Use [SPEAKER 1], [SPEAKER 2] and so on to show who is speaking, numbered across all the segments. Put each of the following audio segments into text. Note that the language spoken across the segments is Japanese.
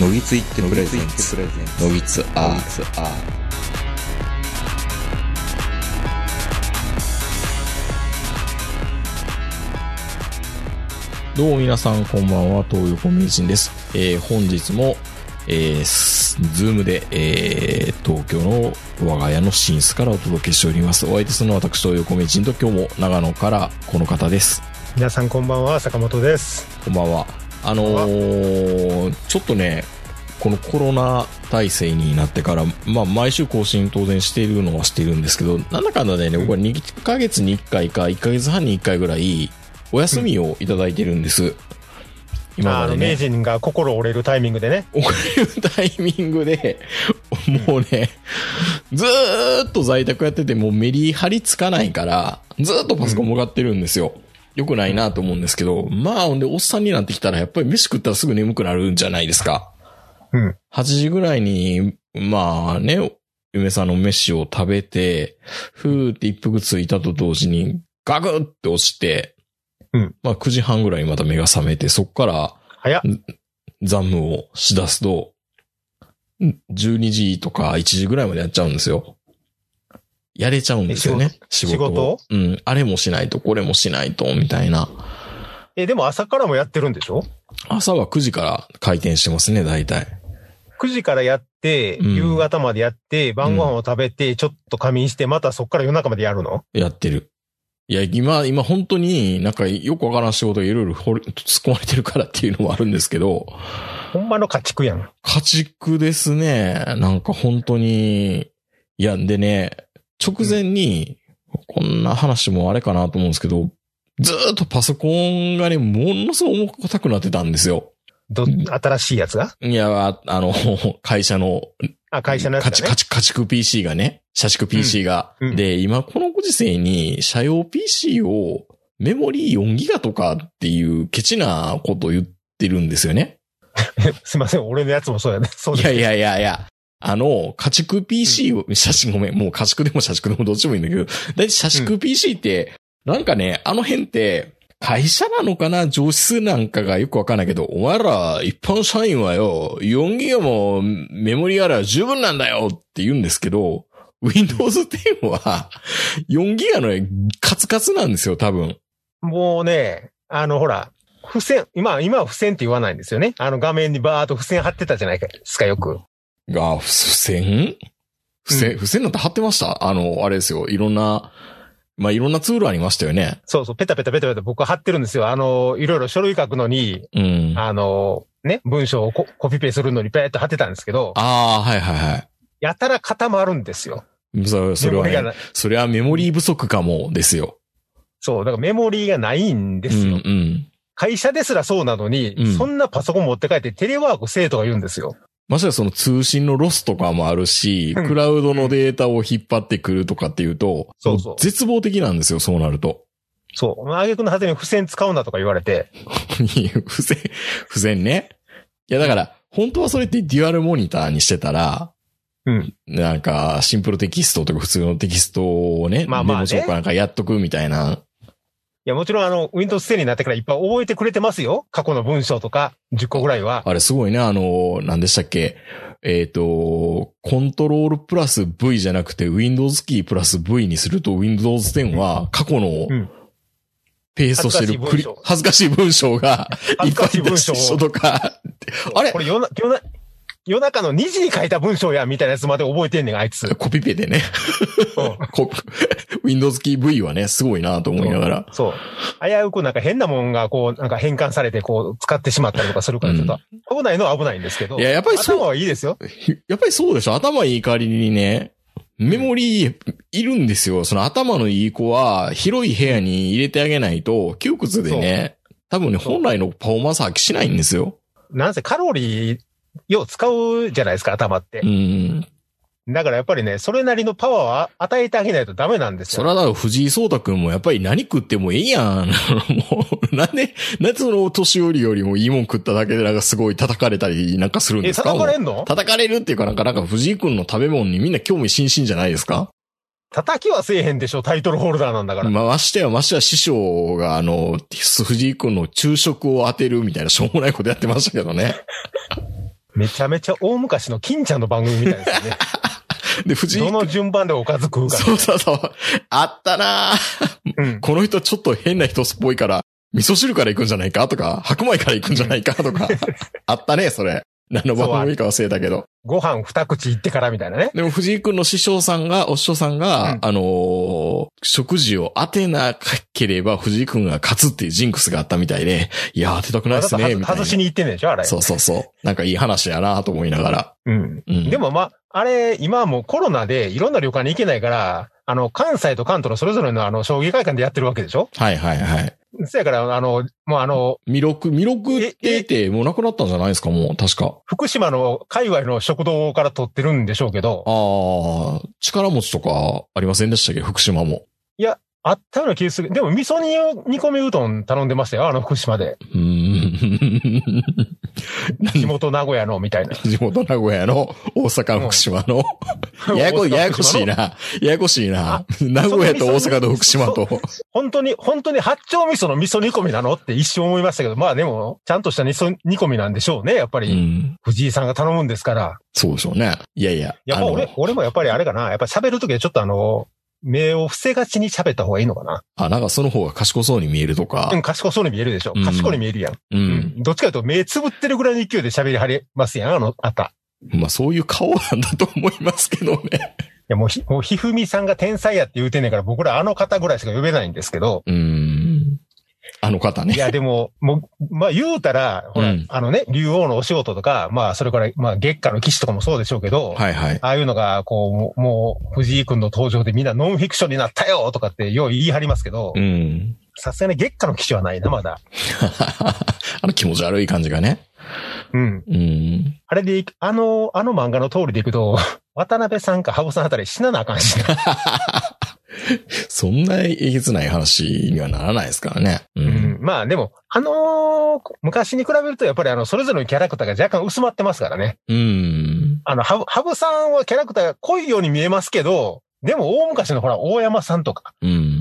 [SPEAKER 1] のぎついってプレゼンツ
[SPEAKER 2] プレゼン
[SPEAKER 1] のぎつアーツア
[SPEAKER 3] どうも皆さんこんばんは、東横名人です。えー本日も、えーすズームで、えー東京の我が家の寝室からお届けしております。お相手するのは私、東横名人と今日も長野からこの方です。
[SPEAKER 4] 皆さんこんばんは坂本です
[SPEAKER 3] こんばんは。あのーちょっとね、このコロナ体制になってから、まあ、毎週更新当然しているのはしているんですけど、なんだかんだでね、僕は2ヶ月に1回か、1ヶ月半に1回ぐらい、お休みをいただいてるんです。今
[SPEAKER 4] あ
[SPEAKER 3] ま
[SPEAKER 4] の
[SPEAKER 3] で
[SPEAKER 4] 名
[SPEAKER 3] ね。
[SPEAKER 4] 人が心折れるタイミングでね
[SPEAKER 3] おかれるタイミングで、もうね、ずーっと在宅やってて、もうメリハリつかないから、ずーっとパソコンもがってるんですよ。よくないなと思うんですけど、まあ、ほんで、おっさんになってきたら、やっぱり飯食ったらすぐ眠くなるんじゃないですか。
[SPEAKER 4] うん
[SPEAKER 3] 8時ぐらいに、まあね、嫁さんの飯を食べて、ふーって一服ついたと同時に、ガクって落ちて、
[SPEAKER 4] うん
[SPEAKER 3] まあ9時半ぐらいにまた目が覚めて、そっから、
[SPEAKER 4] 早っ
[SPEAKER 3] ザムをしだすと、ん12時とか1時ぐらいまでやっちゃうんですよ。やれちゃうんですよね。仕
[SPEAKER 4] 事
[SPEAKER 3] をうん。あれもしないと、これもしないと、みたいな。
[SPEAKER 4] えでも朝からもやってるんでしょ
[SPEAKER 3] 朝は9時から開店してますね、大体。
[SPEAKER 4] 9時からやって、
[SPEAKER 3] うん
[SPEAKER 4] 夕方までやって晩ご飯を食べて、ちょっと仮眠してまたそっから夜中までやるの
[SPEAKER 3] やってる。いや、今、今本当になんかよくわからん仕事いろいろ掘り突っ込まれてるからっていうのもあるんですけど、
[SPEAKER 4] ほんまの家畜やん
[SPEAKER 3] 家畜ですね。なんか本当に、いや、でね、直前に、こんな話もあれかなと思うんですけど、ずーっとパソコンがね、ものすごい重たくなってたんですよ。
[SPEAKER 4] ど新しいやつが
[SPEAKER 3] いや、ああの、会社の、
[SPEAKER 4] あ会社のや
[SPEAKER 3] 家
[SPEAKER 4] つ
[SPEAKER 3] 畜、
[SPEAKER 4] がね
[SPEAKER 3] 家畜、家畜 PC がね、社畜 PC が。
[SPEAKER 4] うんうん
[SPEAKER 3] で、今このご時世に、社用 PC をメモリー4ギガとかっていうケチなことを言ってるんですよね。
[SPEAKER 4] すいません俺のやつもそうやねそう
[SPEAKER 3] い
[SPEAKER 4] です
[SPEAKER 3] やいやいやいや。あの、家畜 PC を、写真ごめん、もう家畜でも社畜でもどっちでもいいんだけど、だいたい社畜 PC って、なんかね、あの辺って、会社なのかな上司なんかがよくわかんないけど、お前ら一般社員はよ、4ギガもメモリあら十分なんだよって言うんですけど、Windows 10は4ギガのカツカツなんですよ、多分。
[SPEAKER 4] もうねあのほら付箋、今、今は付箋って言わないんですよね。あの画面にバーっと付箋貼ってたじゃないですか、よく。
[SPEAKER 3] が、付箋付箋、付箋なんて貼ってましたあの、あれですよ。いろんな、まあ、いろんなツールありましたよね。
[SPEAKER 4] そうそう、ペタペタペタペタ僕は貼ってるんですよ。あの、いろいろ書類書くのに、
[SPEAKER 3] うん。あ
[SPEAKER 4] あの、ね、文章をココピペするのにペーっと貼ってたんですけど、
[SPEAKER 3] あー、はいはい
[SPEAKER 4] やたら固まるんですよ。
[SPEAKER 3] はい。そそれは、
[SPEAKER 4] メモリが
[SPEAKER 3] ね、
[SPEAKER 4] な
[SPEAKER 3] それはメモリー不足かも、ですよ。
[SPEAKER 4] そう、だからメモリーがないんです
[SPEAKER 3] うん
[SPEAKER 4] よ。
[SPEAKER 3] うん。
[SPEAKER 4] 会社ですらそうなのに、
[SPEAKER 3] うん
[SPEAKER 4] そんなパソコン持って帰ってテレワーク生徒が言うんですよ。
[SPEAKER 3] ましてやその通信のロスとかもあるし、
[SPEAKER 4] うん
[SPEAKER 3] クラウドのデータを引っ張ってくるとかっていうと、
[SPEAKER 4] そうそう
[SPEAKER 3] も絶望的なんですよ、そうなると。
[SPEAKER 4] そう。あげくの果てに付箋使うなとか言われて、
[SPEAKER 3] 不全、不全ね。いや、だから、本当はそれってデュアルモニターにしてたら、
[SPEAKER 4] うん。
[SPEAKER 3] なんか、シンプルテキストとか普通のテキストをね、
[SPEAKER 4] まあまあね
[SPEAKER 3] メモ帳かなんかやっとくみたいな。
[SPEAKER 4] いや、もちろんあの、Windows 10になってからいっぱい覚えてくれてますよ。過去の文章とか、10個ぐらいは。
[SPEAKER 3] あれすごいね、あの、何でしたっけ。えっ、と、コントロールプラス V じゃなくて Windows キープラス V にすると Windows 10は過去
[SPEAKER 4] う
[SPEAKER 3] の
[SPEAKER 4] ん
[SPEAKER 3] ペーストしてるクリ恥ずかしい文章がい
[SPEAKER 4] 恥
[SPEAKER 3] っ
[SPEAKER 4] ず
[SPEAKER 3] ぱ
[SPEAKER 4] かしい
[SPEAKER 3] い出
[SPEAKER 4] 文
[SPEAKER 3] し
[SPEAKER 4] 章
[SPEAKER 3] て
[SPEAKER 4] を
[SPEAKER 3] る人とか、あれ
[SPEAKER 4] これ夜な夜な夜中の2時に書いた文章や、みたいなやつまで覚えてんねん、あい つ。
[SPEAKER 3] コピペでね、
[SPEAKER 4] うん
[SPEAKER 3] こ Windows キー V はね、すごいなと思いながら。
[SPEAKER 4] そう。危うくなんか変なもんがこう、なんか変換されてこう、使ってしまったりとかするから、ちょっと、危ないのは危ないんですけど。
[SPEAKER 3] いややっぱりそう
[SPEAKER 4] 頭はいいですよ。
[SPEAKER 3] やっぱりそうでしょ頭いい代わりにね、メモリーいるんですよ。その頭のいい子は広い部屋に入れてあげないと窮屈でね、多分ね、
[SPEAKER 4] そう
[SPEAKER 3] 本来のパフォーマンス発揮しないんですよ。
[SPEAKER 4] なんせカロリー、よう使うじゃないですか、頭って
[SPEAKER 3] う。ん。
[SPEAKER 4] だからやっぱりね、それなりのパワーは与えてあげないとダメなんです
[SPEAKER 3] そ
[SPEAKER 4] よ。
[SPEAKER 3] らだから藤井聡太くんもやっぱり何食ってもええやん。 あのもう、なんで、なんでその年寄りよりもいいもん食っただけでなんかすごい叩かれたりなんかするんで
[SPEAKER 4] え、
[SPEAKER 3] すか
[SPEAKER 4] 叩かれ
[SPEAKER 3] も
[SPEAKER 4] んの
[SPEAKER 3] う叩かれるっていうかなんか、なんか藤井くんの食べ物にみんな興味津々じゃないですか
[SPEAKER 4] 叩きはせえへんでしょ、タイトルホルダーなんだから。
[SPEAKER 3] まあ、ましてや、ましてや師匠が、あの、藤井君の昼食を当てるみたいなしょうもないことやってましたけどね。
[SPEAKER 4] めちゃめちゃ大昔の金ちゃんの番組みたいで すよね。
[SPEAKER 3] で、藤井
[SPEAKER 4] どの順番でおかず食うか。
[SPEAKER 3] そうそうそう。あったなぁ
[SPEAKER 4] うん。
[SPEAKER 3] この人ちょっと変な人っぽいから、味噌汁から行くんじゃないかとか、白米から行くんじゃないかと か、あったね、それ。何の番組か忘れたけど。
[SPEAKER 4] ご飯二口いってからみたいなね。
[SPEAKER 3] でも藤井くんの師匠さんが、お師匠さんが、
[SPEAKER 4] うん
[SPEAKER 3] あのー食事を当てなければ藤井くんが勝つっていうジンクスがあったみたいで、いやー、当てたくない
[SPEAKER 4] わ
[SPEAKER 3] です
[SPEAKER 4] ざと
[SPEAKER 3] ね、
[SPEAKER 4] 外
[SPEAKER 3] みたい
[SPEAKER 4] 外し
[SPEAKER 3] な。
[SPEAKER 4] に行ってんねんでしょあれ。
[SPEAKER 3] そうそうそう。なんかいい話やなと思いながら。
[SPEAKER 4] うん。
[SPEAKER 3] うん。
[SPEAKER 4] でもまあ、あれ、今はもうコロナでいろんな旅館に行けないから、あの、関西と関東のそれぞれのあの、将棋会館でやってるわけでしょ
[SPEAKER 3] はいはいはい。
[SPEAKER 4] そやから、あの、もうあの、
[SPEAKER 3] 魅力、魅力ってて、もうなくなったんじゃないですか、もう、確か。
[SPEAKER 4] 福島の界隈の食堂から取ってるんでしょうけど、
[SPEAKER 3] ああ、力持ちとかありませんでしたっけ福島も。
[SPEAKER 4] あったような気がする。でも、味噌煮を煮込みうどん頼んでましたよ、あの、福島で。
[SPEAKER 3] うーん。
[SPEAKER 4] 地元名古屋の、みたいな。
[SPEAKER 3] 地元名古屋の、大阪、福島の。 ややこ、ややこしいな。ややこしいな
[SPEAKER 4] あ。
[SPEAKER 3] 名古屋と大阪と福島と。
[SPEAKER 4] 本当に、本当に八丁味噌の味噌煮込みなのって一瞬思いましたけど、まあでも、ちゃんとした味噌煮込みなんでしょうね、やっぱ
[SPEAKER 3] う
[SPEAKER 4] り。
[SPEAKER 3] ん。
[SPEAKER 4] 藤井さんが頼むんですから。
[SPEAKER 3] そうでしょうね。いやいや。
[SPEAKER 4] やっぱ
[SPEAKER 3] あ
[SPEAKER 4] 俺
[SPEAKER 3] の、
[SPEAKER 4] 俺もやっぱりあれかな、やっぱ喋るときはちょっとあの、目を伏せがちに喋った方がいいのかな。
[SPEAKER 3] あ、なんかその方が賢そうに見えるとか
[SPEAKER 4] で。も賢そうに見えるでしょ
[SPEAKER 3] うん。
[SPEAKER 4] 賢に見えるやん。
[SPEAKER 3] う。
[SPEAKER 4] うんん。どっちかというと目つぶってるぐらいの勢いで喋りはりますやん、あの、あった。
[SPEAKER 3] まあそういう顔なんだと思いますけどね。
[SPEAKER 4] いやもうひ、もうひふみさんが天才やって言うてんねんから、僕らあの方ぐらいしか呼べないんです けど、
[SPEAKER 3] うん。あの方ね。
[SPEAKER 4] いや、でも、もう、まあ、言うたら、ほら、
[SPEAKER 3] うん
[SPEAKER 4] あのね、竜王のお仕事とか、まあ、それから、まあ、月下の騎士とかもそうでしょうけど、
[SPEAKER 3] はいはい。
[SPEAKER 4] ああいうのが、こう、もうもう、藤井君の登場でみんなノンフィクションになったよとかってよう言い張りますけど
[SPEAKER 3] う、ん。
[SPEAKER 4] さすがに月下の騎士はないな、まだ。
[SPEAKER 3] あの気持ち悪い感じがね。
[SPEAKER 4] うん。
[SPEAKER 3] うん。
[SPEAKER 4] あれでいく、あの、あの漫画の通りでいくと、 渡辺さんか羽生さんあたり死ななあかんしな。
[SPEAKER 3] そんなえげつない話にはならないですからね。う。
[SPEAKER 4] うんん。まあ、でも、あのー昔に比べると、やっぱりあの、それぞれのキャラクターが若干薄まってますからね。
[SPEAKER 3] うん。
[SPEAKER 4] あの、ハブ、ハブさんはキャラクターが濃いように見えますけど、でも大昔のほら、大山さんとか、
[SPEAKER 3] うん。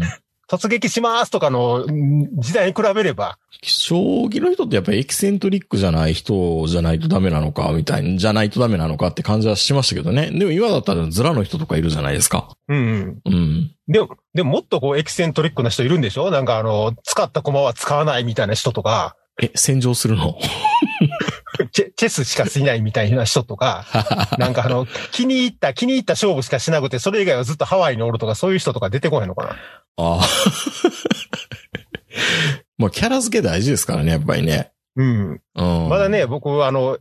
[SPEAKER 4] 突撃しますとかのうん時代に比べれば、
[SPEAKER 3] 将棋の人ってやっぱりエキセントリックじゃない人じゃないとダメなのか、みたいな、じゃないとダメなのかって感じはしましたけどね。でも今だったらズラの人とかいるじゃないですか。
[SPEAKER 4] うんうん。
[SPEAKER 3] うん。
[SPEAKER 4] でも、でももっとこう、エキセントリックな人いるんでしょなんかあの、使った駒は使わないみたいな人とか、
[SPEAKER 3] え、戦場するの
[SPEAKER 4] チェチェスしかしないみたいな人 とか、なんかあの、気に入った、気に入った勝負しかしなくて、それ以外はずっとハワイにおるとか、そういう人とか出てこへんのかな
[SPEAKER 3] ああ。 まあ、キャラ付け大事ですからね、やっぱりね。
[SPEAKER 4] うん。
[SPEAKER 3] うん。
[SPEAKER 4] まだ。ね、僕、あの、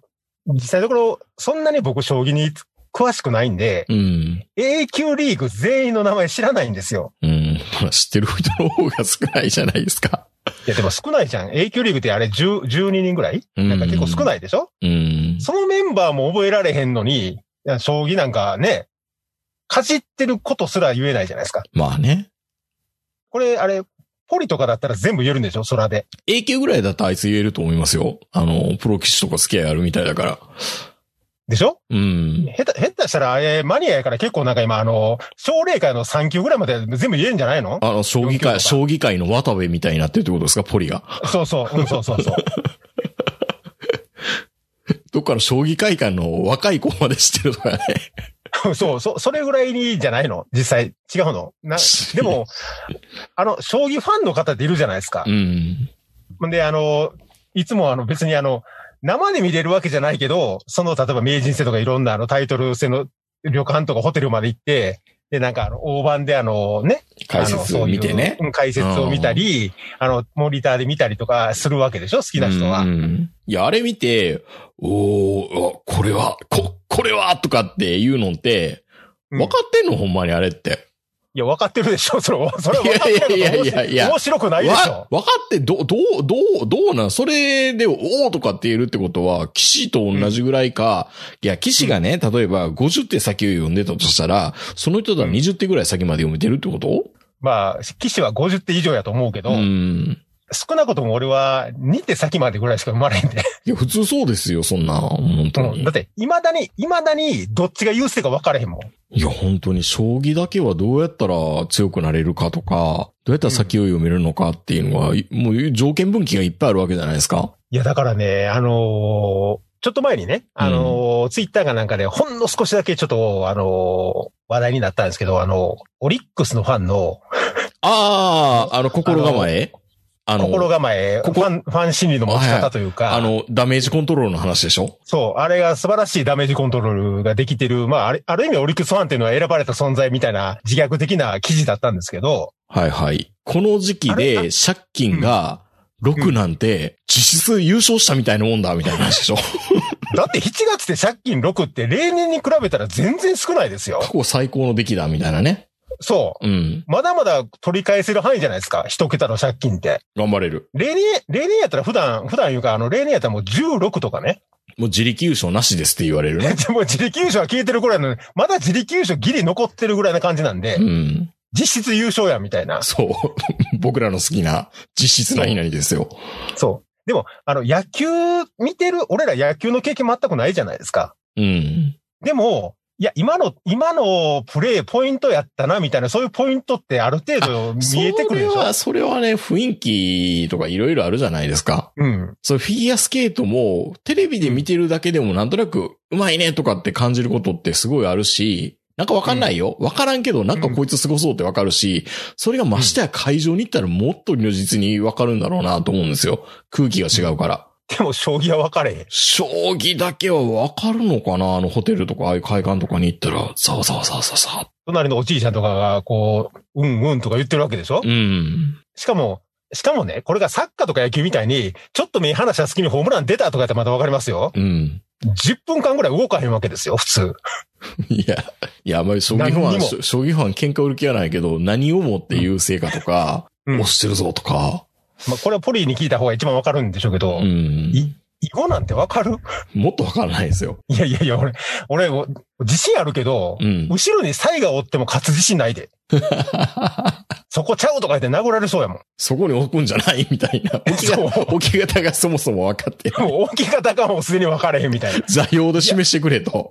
[SPEAKER 4] 実際のところ、そんなに僕、将棋に詳しくないんで、
[SPEAKER 3] うん。
[SPEAKER 4] A 級リーグ全員の名前知らないんですよ。
[SPEAKER 3] うん。 まあ知ってる人の方が少ないじゃないですか。
[SPEAKER 4] いや、でも少ないじゃん。A 級リーグってあれ10 12人ぐらい
[SPEAKER 3] うん
[SPEAKER 4] なんか結構少ないでしょ
[SPEAKER 3] うん。
[SPEAKER 4] そのメンバーも覚えられへんのに、いや将棋なんかね、かじってることすら言えないじゃないですか。
[SPEAKER 3] まあね。
[SPEAKER 4] これ、あれ、ポリとかだったら全部言えるんでしょ空で。
[SPEAKER 3] A 級ぐらいだったらあいつ言えると思いますよ。あの、プロ棋士とか付き合いあるみたいだから。
[SPEAKER 4] でしょ
[SPEAKER 3] うん。
[SPEAKER 4] 下手、下手したら、あれ、マニアやから結構なんか今、あの、奨励会の3級ぐらいまで全部言えるんじゃないの
[SPEAKER 3] あの、将棋
[SPEAKER 4] 四級と
[SPEAKER 3] 界、
[SPEAKER 4] か
[SPEAKER 3] 将棋界の渡部みたいになってるってことですか、ポリが。
[SPEAKER 4] そうそう、うん、そうそうそう。
[SPEAKER 3] どっかの将棋会館の若い子まで知ってるとかね。
[SPEAKER 4] そう、 そ、それぐらいにじゃないの実際、違うのな、でも、あの、将棋ファンの方っているじゃないですか
[SPEAKER 3] う。ん。
[SPEAKER 4] んで、あの、いつもあの、別にあの、生で見れるわけじゃないけど、その、例えば名人戦とかいろんなあの、タイトル戦の旅館とかホテルまで行って、で、なんかあの、大盤であの、ね、
[SPEAKER 3] 解説を見てね
[SPEAKER 4] あのそうい。ううん解説を見たり、あの、モニターで見たりとかするわけでしょ好きな人は。
[SPEAKER 3] うんうんいや、あれ見て、おー、あこれは、こ、これはとかっていうのって、
[SPEAKER 4] うん
[SPEAKER 3] 分かってんのほんまにあれって。
[SPEAKER 4] いや、分かってるでしょ それ、それは分かってるけど
[SPEAKER 3] いやいやいやいや
[SPEAKER 4] 面白くないでし
[SPEAKER 3] わ
[SPEAKER 4] ょ、
[SPEAKER 3] 分かって、ど、どう、どう、どうなんそれで、おーとかって言えるってことは、騎士と同じぐらいか、いや、騎士がね、例えば50手先を読んでたとしたら、その人とは20手ぐらい先まで読めてるってこと
[SPEAKER 4] まあ、騎士は50手以上やと思うけど、
[SPEAKER 3] うん。
[SPEAKER 4] 少なくとも俺は2手先までぐらいしか生まれ へんで。
[SPEAKER 3] いや、普通そうですよ、そんな、本当
[SPEAKER 4] うん
[SPEAKER 3] に
[SPEAKER 4] だっ。て、未だに、未だに、どっちが優勢か分からへんもん。
[SPEAKER 3] いや、本当に、将棋だけはどうやったら強くなれるかとか、どうやったら先を読めるのかっていうのは、もう条件分岐がいっぱいあるわけじゃないですか。
[SPEAKER 4] いや、だからね、あのーちょっと前にね、あのーツイッターがなんかで、ほんの少しだけちょっと、あのー話題になったんですけど、あのーオリックスのファンの
[SPEAKER 3] ああ、あの、心構えあの、
[SPEAKER 4] 心構え、
[SPEAKER 3] ここ
[SPEAKER 4] ファン、ファン心理の持ち方というか、
[SPEAKER 3] あの、ダメージコントロールの話でしょ
[SPEAKER 4] そう、あれが素晴らしいダメージコントロールができてる、まあ、あれ、ある意味オリックスファンっていうのは選ばれた存在みたいな自虐的な記事だったんですけど、
[SPEAKER 3] はいはい。この時期で
[SPEAKER 4] あ
[SPEAKER 3] 借金が6なんて、実質優勝したみたいなもんだ、みたいな話で しょ
[SPEAKER 4] だって7月で借金6って例年に比べたら全然少ないですよ
[SPEAKER 3] 過。去最高の出来だ、みたいなね。
[SPEAKER 4] そう。
[SPEAKER 3] うん。
[SPEAKER 4] まだまだ取り返せる範囲じゃないですか。一桁の借金って。
[SPEAKER 3] 頑張れる。
[SPEAKER 4] 例年、例年やったら普段、普段言うか、あの、例年やったらもう16とかね。
[SPEAKER 3] もう自力優勝なしですって言われるね。
[SPEAKER 4] で も自力優勝は消えてるぐらいなのに、まだ自力優勝ギリ残ってるぐらいな感じなんで
[SPEAKER 3] う、ん。
[SPEAKER 4] 実質優勝や、みたいな。
[SPEAKER 3] そう。 僕らの好きな実質何々ですよ。
[SPEAKER 4] そう。でも、あの、野球見てる、俺ら野球の経験全くないじゃないですか。
[SPEAKER 3] うん。
[SPEAKER 4] でも、いや、今の、今のプレイ、ポイントやったな、みたいな、そういうポイントってある程度見えてくるでし
[SPEAKER 3] それ
[SPEAKER 4] ょ
[SPEAKER 3] は、それはね、雰囲気とかいろいろあるじゃないですか。
[SPEAKER 4] うん。
[SPEAKER 3] そう、フィギュアスケートも、テレビで見てるだけでもなんとなく、うまいねとかって感じることってすごいあるし、なんかわかんないよ。わ、からんけど、なんかこいつすごそうってわかるし、それがましてや会場に行ったらもっと如実にわかるんだろうなと思うんですよ。空気が違うから。
[SPEAKER 4] でも、将棋は分かれへん。
[SPEAKER 3] 将棋だけはわかるのかなあのホテルとか、ああいう海岸とかに行ったら、ざわざわざわざわざわ。
[SPEAKER 4] 隣のおじいちゃんとかが、こう、うんうんとか言ってるわけでしょ
[SPEAKER 3] うん。
[SPEAKER 4] しかも、しかもね、これがサッカーとか野球みたいに、ちょっと目離した隙にホームラン出たとかやったらまだ分かりますよ。
[SPEAKER 3] うん。
[SPEAKER 4] 10分間ぐらい動かへんわけですよ、普通。
[SPEAKER 3] いや、いや、あんまり将棋フ
[SPEAKER 4] 何
[SPEAKER 3] ァ
[SPEAKER 4] に
[SPEAKER 3] ン、
[SPEAKER 4] も
[SPEAKER 3] 将将棋ファン喧嘩売る気はないけど、何をもって優勢かとか、
[SPEAKER 4] うん
[SPEAKER 3] 押してるぞとか、
[SPEAKER 4] まあ、これはポリーに聞いた方が一番分かるんでしょうけど
[SPEAKER 3] う、ん。
[SPEAKER 4] 囲碁なんて分かる
[SPEAKER 3] もっとわからないですよ。
[SPEAKER 4] いやいやいや、俺、俺、お自信あるけど、
[SPEAKER 3] うん。
[SPEAKER 4] 後ろにサイが追っても勝つ自信な いで。そこちゃうとか言って殴られそうやもん。
[SPEAKER 3] そこに置くんじゃないみたいな。 置き
[SPEAKER 4] そう
[SPEAKER 3] が置き方がそもそも分かってない、
[SPEAKER 4] もう置き方がもうすでに分かれへんみたいな。
[SPEAKER 3] 座用で示してくれと。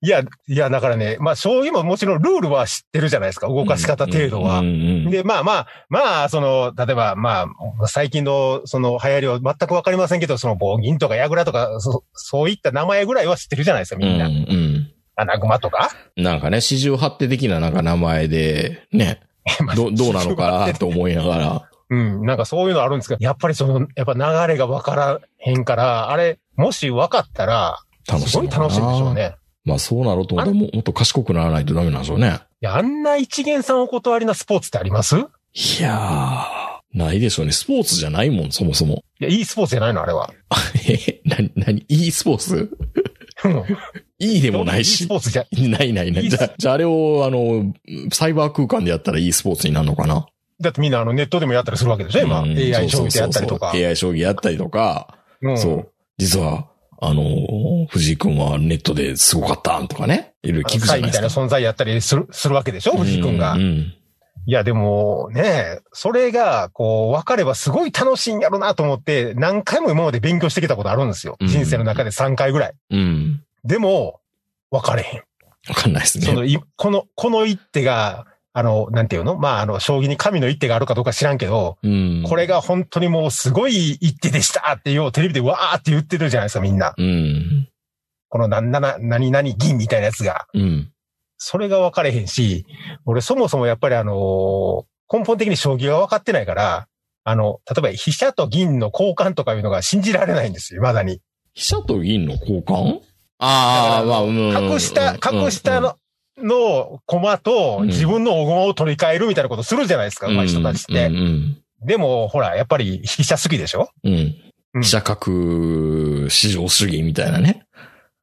[SPEAKER 4] いや、いや、だからね、まあ、将棋ももちろんルールは知ってるじゃないですか、動かし方程度は
[SPEAKER 3] うん。うん
[SPEAKER 4] で、まあまあ、まあ、その、例えば、まあ、最近の、その、流行りは全くわかりませんけど、その、棒銀とか矢倉とか、そそういった名前ぐらいは知ってるじゃないですか、
[SPEAKER 3] うん。う
[SPEAKER 4] みん
[SPEAKER 3] ん
[SPEAKER 4] な。穴熊とか。
[SPEAKER 3] うんなんかね、四十八手的ななんか名前で、 ね、どどうなのかなと思いながら。
[SPEAKER 4] うん、なんかそういうのあるんですけど、やっぱりその、やっぱ流れがわからへんから、あれ、もし分かったら、
[SPEAKER 3] 楽しい
[SPEAKER 4] すごい楽しいんでしょう。ね。
[SPEAKER 3] まあそうなろうと思ったらももっと賢くならないとダメなんでしょうね。
[SPEAKER 4] いや、あんな一元さんお断りなスポーツってありますい
[SPEAKER 3] いやー、ないでしょうね。スポーツじゃないもん、そもそも。
[SPEAKER 4] や、いいスポーツじゃないの、あれは。
[SPEAKER 3] え、な、なに、いいスポーツ
[SPEAKER 4] うん
[SPEAKER 3] いい でもない
[SPEAKER 4] いい
[SPEAKER 3] し
[SPEAKER 4] ス。ポーツじゃ、
[SPEAKER 3] ないないないい。
[SPEAKER 4] い
[SPEAKER 3] じ
[SPEAKER 4] っす
[SPEAKER 3] ゃあ、じゃああれを、あの、サイバー空間でやったらいいスポーツになるのかな
[SPEAKER 4] だってみんなあのネットでもやったりするわけでしょ今、
[SPEAKER 3] うん
[SPEAKER 4] AI 将棋でやったりとか。
[SPEAKER 3] そうそうそう AI 将棋やったりとか、
[SPEAKER 4] うん
[SPEAKER 3] そう。実は、あの、藤井君はネットですごかったとかね。いろいろ聞くじ
[SPEAKER 4] サ
[SPEAKER 3] ゃ
[SPEAKER 4] イ
[SPEAKER 3] ない
[SPEAKER 4] み
[SPEAKER 3] で
[SPEAKER 4] た
[SPEAKER 3] す
[SPEAKER 4] い
[SPEAKER 3] か。
[SPEAKER 4] な存在やったりする、するわけでしょ藤井君が。
[SPEAKER 3] うん
[SPEAKER 4] い
[SPEAKER 3] うん
[SPEAKER 4] や、でもね、それが、こう、分かればすごい楽しいんやろなと思って、何回も今まで勉強してきたことあるんですよ。
[SPEAKER 3] うん
[SPEAKER 4] 人生の中で3回ぐらい。
[SPEAKER 3] うん。
[SPEAKER 4] でも、分かれへん。
[SPEAKER 3] わかんないです
[SPEAKER 4] そ
[SPEAKER 3] ね。
[SPEAKER 4] の、いこの、この一手が、あの、なんていうのまあ、あの、将棋に神の一手があるかどうか知らんけど、
[SPEAKER 3] うん。
[SPEAKER 4] これが本当にもうすごい一手でしたっていうテレビでわーって言ってるじゃないですか、みんな。
[SPEAKER 3] うん。
[SPEAKER 4] このな、な、な、何々銀みたいなやつが。
[SPEAKER 3] うん。
[SPEAKER 4] それが分かれへんし、俺そもそもやっぱりあのー根本的に将棋が分かってないから、あの、例えば飛車と銀の交換とかいうのが信じられないんですよ、未だに。
[SPEAKER 3] 飛車と銀の交換ああ、
[SPEAKER 4] だ
[SPEAKER 3] まあ、うん。
[SPEAKER 4] 格
[SPEAKER 3] う
[SPEAKER 4] 下、
[SPEAKER 3] ん
[SPEAKER 4] 格下、の、の駒と
[SPEAKER 3] うん
[SPEAKER 4] 自分の大駒を取り替えるみたいなことするじゃないですか、
[SPEAKER 3] うん
[SPEAKER 4] 上手い人たちっ
[SPEAKER 3] うん
[SPEAKER 4] て。
[SPEAKER 3] うん
[SPEAKER 4] でも、ほら、やっぱり飛車好きでしょ
[SPEAKER 3] うん。
[SPEAKER 4] うん
[SPEAKER 3] 飛車角市場主義みたいなね。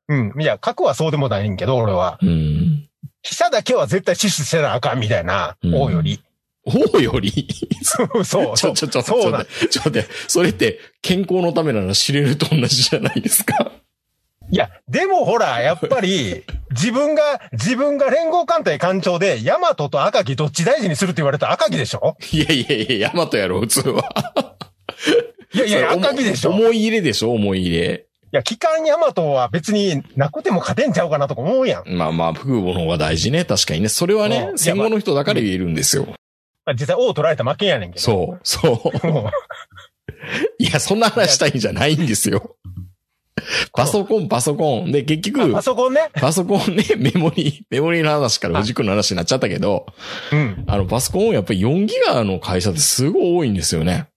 [SPEAKER 4] うん。いや、角はそうでもないんけど、俺は。
[SPEAKER 3] うん。
[SPEAKER 4] 飛車だけは絶対死守せなあかんみたいな、
[SPEAKER 3] うん
[SPEAKER 4] 王より。
[SPEAKER 3] 方より、
[SPEAKER 4] そう、
[SPEAKER 3] ち
[SPEAKER 4] そ
[SPEAKER 3] ょ、
[SPEAKER 4] う。
[SPEAKER 3] ちょ、ちょ、ちょ、
[SPEAKER 4] そう
[SPEAKER 3] ちょ
[SPEAKER 4] なん
[SPEAKER 3] っと待ってちょ、ちょ、って、それって健康のためなら知れると同じじゃないですか。
[SPEAKER 4] いや、でもほら、やっぱり、自分が、自分が連合艦隊艦長で、ヤマトと赤木どっち大事にするって言われたら赤木でしょ
[SPEAKER 3] いやいやいや、ヤマトやろ、普通は。
[SPEAKER 4] いやい
[SPEAKER 3] それ
[SPEAKER 4] や、
[SPEAKER 3] 思い
[SPEAKER 4] 赤木でしょい
[SPEAKER 3] 思い入れでしょ、思い入れ。
[SPEAKER 4] や、機関ヤマトは別になくても勝てんちゃうかなとか思うやん。
[SPEAKER 3] まあまあ、空母の方が大事ね。確かにね。それはね
[SPEAKER 4] う、ん
[SPEAKER 3] 戦後の人だから言えるんですよ。
[SPEAKER 4] まあ実際王取られた負けやねんけど。
[SPEAKER 3] そう、そう。
[SPEAKER 4] もう。
[SPEAKER 3] いや、そんな話したいんじゃないんですよ。パソコン、パソコン。で、結
[SPEAKER 4] あ
[SPEAKER 3] 局、
[SPEAKER 4] パソコンね。
[SPEAKER 3] パソコンね、 メモリー、メモリーの話から藤君の話になっちゃったけど、
[SPEAKER 4] うん。
[SPEAKER 3] あの、パソコンやっぱり4ギガの会社ってすごい多いんですよね。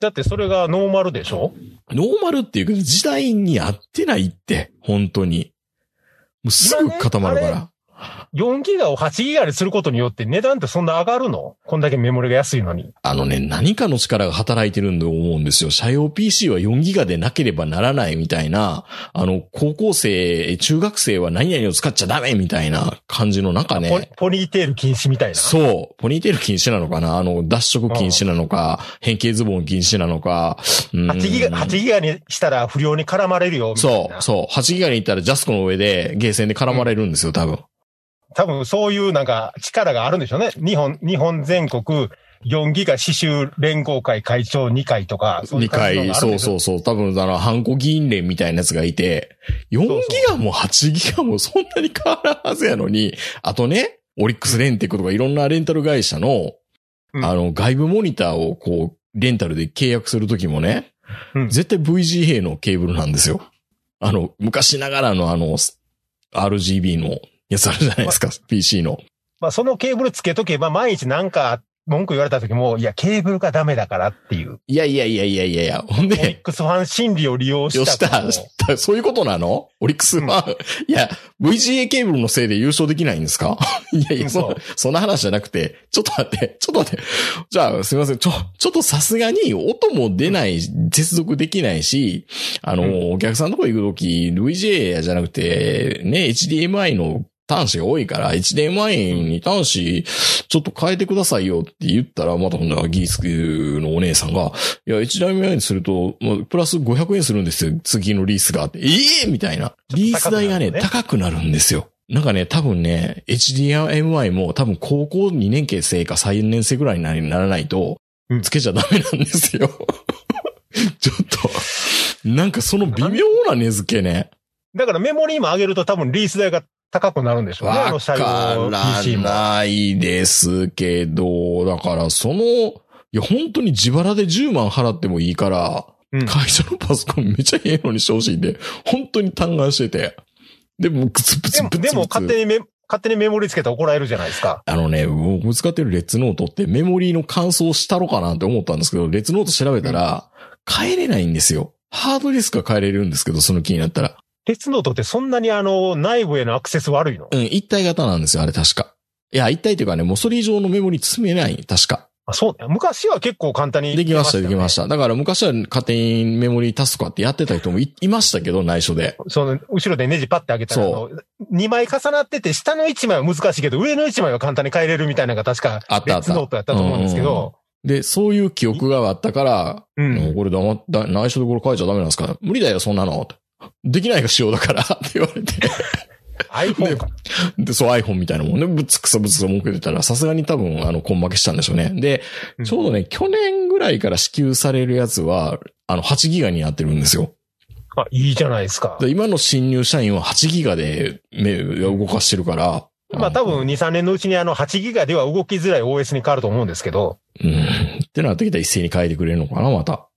[SPEAKER 4] だってそれがノーマルでしょ
[SPEAKER 3] ノーマルっていうけど、時代に合ってないって、本当に。もうすぐ固まるか
[SPEAKER 4] 今
[SPEAKER 3] ら。
[SPEAKER 4] 4ギガを8ギガにすることによって値段ってそんな上がるのこんだけメモリが安いのに。
[SPEAKER 3] あのね、何かの力が働いてるんだと思うんですよ。社用 PC は4ギガでなければならないみたいな、あの、高校生、中学生は何々を使っちゃダメみたいな感じの中
[SPEAKER 4] ポニ
[SPEAKER 3] ね。
[SPEAKER 4] ポニーテール禁止みたいな。
[SPEAKER 3] そう。ポニーテール禁止なのかなあの、脱色禁止なのか、変形ズボン禁止なのか。うん
[SPEAKER 4] 8ギガ、8ギガにしたら不良に絡まれるよ。みたい
[SPEAKER 3] そ
[SPEAKER 4] な
[SPEAKER 3] う、そう。8ギガに行ったらジャスコの上で、ゲーセンで絡まれるんですよ、多分。
[SPEAKER 4] 多分そういうなんか力があるんでしょうね。日本、日本全国4ギガ刺繍連合会会長2回とか。そう
[SPEAKER 3] 2
[SPEAKER 4] いう活動
[SPEAKER 3] 回、
[SPEAKER 4] があるん
[SPEAKER 3] そう
[SPEAKER 4] でしょ
[SPEAKER 3] そうそう。多分、あの、ハンコ議員連みたいなやつがいて、4ギ
[SPEAKER 4] そ
[SPEAKER 3] ガ
[SPEAKER 4] う
[SPEAKER 3] も8ギガもそんなに変わらんはずやのに、あとね、オリックスレンテックとかいろんなレンタル会社の、
[SPEAKER 4] うん
[SPEAKER 3] あの、外部モニターをこう、レンタルで契約するときもね、
[SPEAKER 4] うん
[SPEAKER 3] 絶対 VGA のケーブルなんですよ。あの、昔ながらのあの、RGB のやつあるじゃないですか、PC の。
[SPEAKER 4] まあそのケーブルつけとけば毎日なんか文句言われた時も、いや、ケーブルがダメだからっていう。
[SPEAKER 3] いやいやいやいやいやいや、ほん
[SPEAKER 4] オリ
[SPEAKER 3] で
[SPEAKER 4] ッ、クスファン心理を利用
[SPEAKER 3] よ
[SPEAKER 4] し
[SPEAKER 3] したた、したそういうことなのオリックスは、いや、VGA ケーブルのせいで優勝できないんです かいやいや、そ
[SPEAKER 4] そ
[SPEAKER 3] ん
[SPEAKER 4] う
[SPEAKER 3] な、そんな話じゃなくて、ちょっと待って、ちょっと待って。じゃあ、すみません、ちょ、ちょっとさすがに音も出ない、接続できないし、あの、
[SPEAKER 4] う
[SPEAKER 3] お客さんのとこ行くとき、VGA じゃなくて、ね、HDMI の端子が多いから、HDMI に端子、ちょっと変えてくださいよって言ったら、またほんならギースクのお姉さんが、いや、HDMI にすると、まあ、プラス500円するんですよ。次のリースがあって。ええみたいな。リース代がね、高くなるんですよ。なんかね、多分ね、HDMI も多分高校2年生か3年生ぐらいにならないと
[SPEAKER 4] う、ん
[SPEAKER 3] つけちゃダメなんですよ。 ちょっと、なんかその微妙な値付けね。
[SPEAKER 4] だからメモリーも上げると多分リース代が高くなるんでしょうね。あの
[SPEAKER 3] わ
[SPEAKER 4] 車両
[SPEAKER 3] からないですけど、だからその、いや、本当に自腹で10万払ってもいいから、
[SPEAKER 4] うん
[SPEAKER 3] 会社のパソコンめちゃええのにしてほしいんで、本当に嘆願してて。でも、ブツブツブ
[SPEAKER 4] でも、
[SPEAKER 3] ツブツ。
[SPEAKER 4] でも勝手にメ、勝手にメモリつけたら怒られるじゃないですか。
[SPEAKER 3] あのね、僕使ってるレッツノートってメモリーの感想をしたろかなって思ったんですけど、レッツノート調べたら、変えれないんですよ。ハードディスクは変えれるんですけど、その気になったら。
[SPEAKER 4] 鉄ノートってそんなにあの、内部へのアクセス悪いの
[SPEAKER 3] うん、一体型なんですよ、あれ確か。いや、一体というかね、もうそれ以上のメモリ詰めない、確か。
[SPEAKER 4] あそうね。昔は結構簡単に
[SPEAKER 3] できました、できました
[SPEAKER 4] よね。
[SPEAKER 3] た。だから昔は勝手にメモリータスクかってやってた人もいいましたけど、内緒で。
[SPEAKER 4] その、後ろでネジパッて上げたら、あ
[SPEAKER 3] そ
[SPEAKER 4] の、2枚重なってて、下の1枚は難しいけど、上の1枚は簡単に変えれるみたいなのが確か、
[SPEAKER 3] あったあった
[SPEAKER 4] 鉄ノートやったと思うんですけど、
[SPEAKER 3] で、そういう記憶があったから、
[SPEAKER 4] う。
[SPEAKER 3] もうんこれ黙った、内緒でこれ書いちゃダメなんですか無理だよ、そんなの。できないが仕様だから、 って言われて。
[SPEAKER 4] iPhone か。
[SPEAKER 3] で、そう iPhone みたいなもんね、ぶつくさぶつくさ文句出たら、さすがに多分、あの、根負けしたんでしょうね。で
[SPEAKER 4] う、ん
[SPEAKER 3] ちょうどね、去年ぐらいから支給されるやつは、あの、8ギガになってるんですよ。
[SPEAKER 4] あ、いいじゃないですか
[SPEAKER 3] で。今の新入社員は8ギガで目動かしてるから。
[SPEAKER 4] まあ多分2、3年のうちにあの8ギガでは動きづらい OS に変わると思うんですけど、
[SPEAKER 3] うん。ってなってきたら一斉に変えてくれるのかな、また。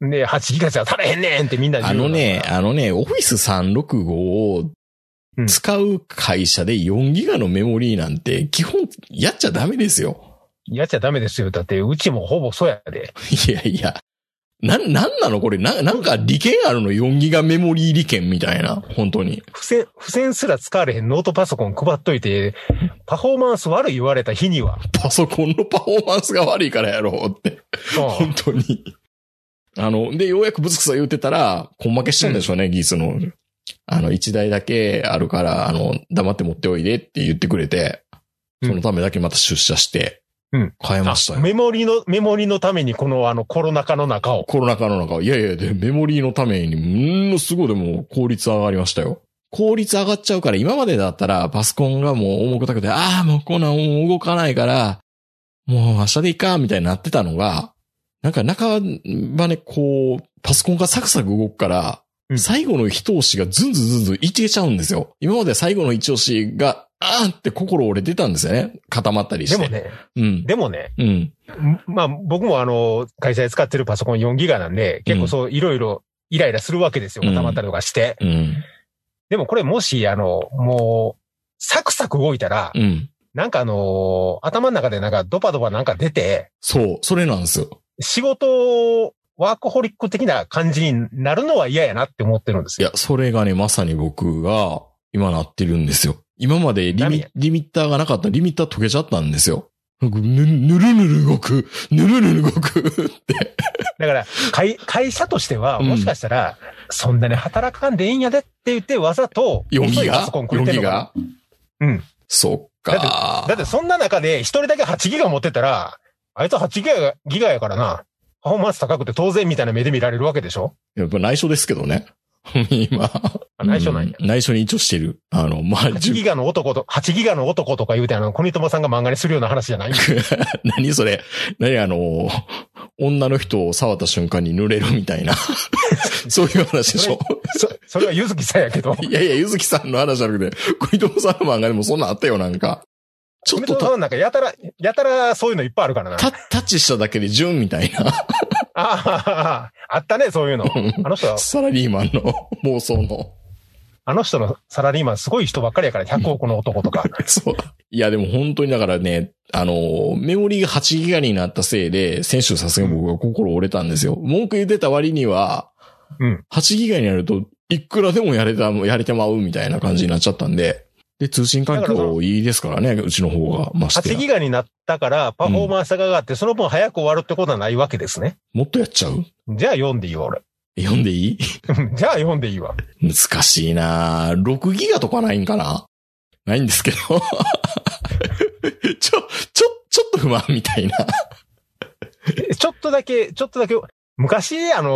[SPEAKER 4] で、8ギガじゃ足らへんねんってみんなで
[SPEAKER 3] あ
[SPEAKER 4] 言
[SPEAKER 3] の
[SPEAKER 4] うようになる
[SPEAKER 3] ね
[SPEAKER 4] か、ら
[SPEAKER 3] あのね、オフィス365を使う会社で4ギガのメモリーなんて基本やっちゃダメですよ。
[SPEAKER 4] やっちゃダメですよ。だって、うちもほぼそうやで。
[SPEAKER 3] いやいや。な、なんなのこれ、な、なんか利権あるの ?4 ギガメモリー利権みたいな。本当に。
[SPEAKER 4] 付箋、付箋すら使われへんノートパソコン配っといて、パフォーマンス悪い言われた日には。
[SPEAKER 3] パソコンのパフォーマンスが悪いからやろうって。
[SPEAKER 4] うん
[SPEAKER 3] 本当に。あの、で、ようやくぶつくさ言ってたら、根負けしたんでしょうね、技術の。あの、一台だけあるから、あの、黙って持っておいでって言ってくれて、
[SPEAKER 4] うん
[SPEAKER 3] そのためだけまた出社して、
[SPEAKER 4] うん
[SPEAKER 3] 変えましたよ。
[SPEAKER 4] メモリの、メモリのためにこのあのコロナ禍の中を。
[SPEAKER 3] コロナ禍の中、いやいや、で、メモリーのために、ものすごいでも効率上がりましたよ。効率上がっちゃうから、今までだったらパソコンがもう重くたくて、ああ、もうこんなんもう動かないから、もう明日でいいか、みたいになってたのが、なんか中場ね、こう、パソコンがサクサク動くから、
[SPEAKER 4] うん
[SPEAKER 3] 最後の一押しがずんずんずんずんいけちゃうんですよ。今まで最後の一押しが、あーって心折れてたんですよね。固まったりし
[SPEAKER 4] で
[SPEAKER 3] て。
[SPEAKER 4] も。ね、
[SPEAKER 3] うん。
[SPEAKER 4] でもね、
[SPEAKER 3] うん。
[SPEAKER 4] まあ僕もあの、会社で使ってるパソコン4ギガなんで、結構そういろいろイライラするわけですよ。
[SPEAKER 3] うん
[SPEAKER 4] 固まったりとかして。
[SPEAKER 3] うん。
[SPEAKER 4] でもこれもし、あの、もう、サクサク動いたら、
[SPEAKER 3] うん。
[SPEAKER 4] なんかあのー頭の中でなんかドパドパなんか出て、
[SPEAKER 3] そう、それなんですよ。
[SPEAKER 4] 仕事、ワークホリック的な感じになるのは嫌やなって思ってるんです
[SPEAKER 3] い
[SPEAKER 4] よ。
[SPEAKER 3] や、それがね、まさに僕が今なってるんですよ。今までリ
[SPEAKER 4] 何
[SPEAKER 3] ミ
[SPEAKER 4] や
[SPEAKER 3] リミッターがなかったらリミッター溶けちゃったんですよ。なんかぬ、ぬるぬる動く、ぬるぬる動く って。
[SPEAKER 4] だから、会、会社としては、
[SPEAKER 3] うん
[SPEAKER 4] もしかしたら、そんなに働かんでいいんやでって言って、わざと、
[SPEAKER 3] 4ギ
[SPEAKER 4] 遅いパ
[SPEAKER 3] ガ
[SPEAKER 4] ソコン
[SPEAKER 3] ?4
[SPEAKER 4] くれて
[SPEAKER 3] ギ
[SPEAKER 4] んのか
[SPEAKER 3] ガ
[SPEAKER 4] うん。
[SPEAKER 3] そっか
[SPEAKER 4] なだってそんな中で、一人だけ8ギガ持ってたら、あいつ8ギガギガやからな、パフォーマンス高くて当然みたいな目で見られるわけでしょ
[SPEAKER 3] やっぱ内緒ですけどね。 今。
[SPEAKER 4] あ内緒なんや。
[SPEAKER 3] うん内緒に一応してる。あの、まあ、
[SPEAKER 4] 8ギガの男と、8ギガの男とか言うて、あの、国友さんが漫画にするような話じ ゃない
[SPEAKER 3] 何それ何あの、女の人を触った瞬間に濡れるみ たいな。そういう話でしょ。
[SPEAKER 4] そ、それはゆずきさんやけど。
[SPEAKER 3] いやいや、ゆずきさんの話じゃなくて、小友さんの漫画でもそんなんあったよ、なんか。ちょっ
[SPEAKER 4] 国
[SPEAKER 3] と
[SPEAKER 4] 友
[SPEAKER 3] た
[SPEAKER 4] さんなんかやたら、やたらそういうのいっぱいあるからな。あ
[SPEAKER 3] たタッチしただけで純みたいな。
[SPEAKER 4] あー、あったね、そういうの。あの人は、
[SPEAKER 3] サラリーマンの妄想 の。
[SPEAKER 4] あの人のサラリーマンすごい人ばっかりやから、100億の男とか。
[SPEAKER 3] そう。いや、でも本当にだからね、あの、メモリが8ギガになったせいで、先週さすがに僕は心折れたんですよ。文句言ってた割には、
[SPEAKER 4] うん
[SPEAKER 3] 8ギガになると、いくらでもやれた、やれてまうみたいな感じになっちゃったんで、で、通信環
[SPEAKER 4] だからそ
[SPEAKER 3] 境いいですからね、うちの方が、ま して
[SPEAKER 4] 8
[SPEAKER 3] や
[SPEAKER 4] ギガになったから、パフォーマンスが上がって、その分早く終わるってことはないわけですね。
[SPEAKER 3] もっとやっちゃう
[SPEAKER 4] じゃあ読んでいいわ、俺。
[SPEAKER 3] 読んでいい
[SPEAKER 4] じゃあ読んでいいわ。
[SPEAKER 3] 難しいなぁ6ギガとかないんかなないんですけど。 ちょ、ちょ、ちょっと不満みたいな。
[SPEAKER 4] えちょっとだけ、ちょっとだけ、昔、あのー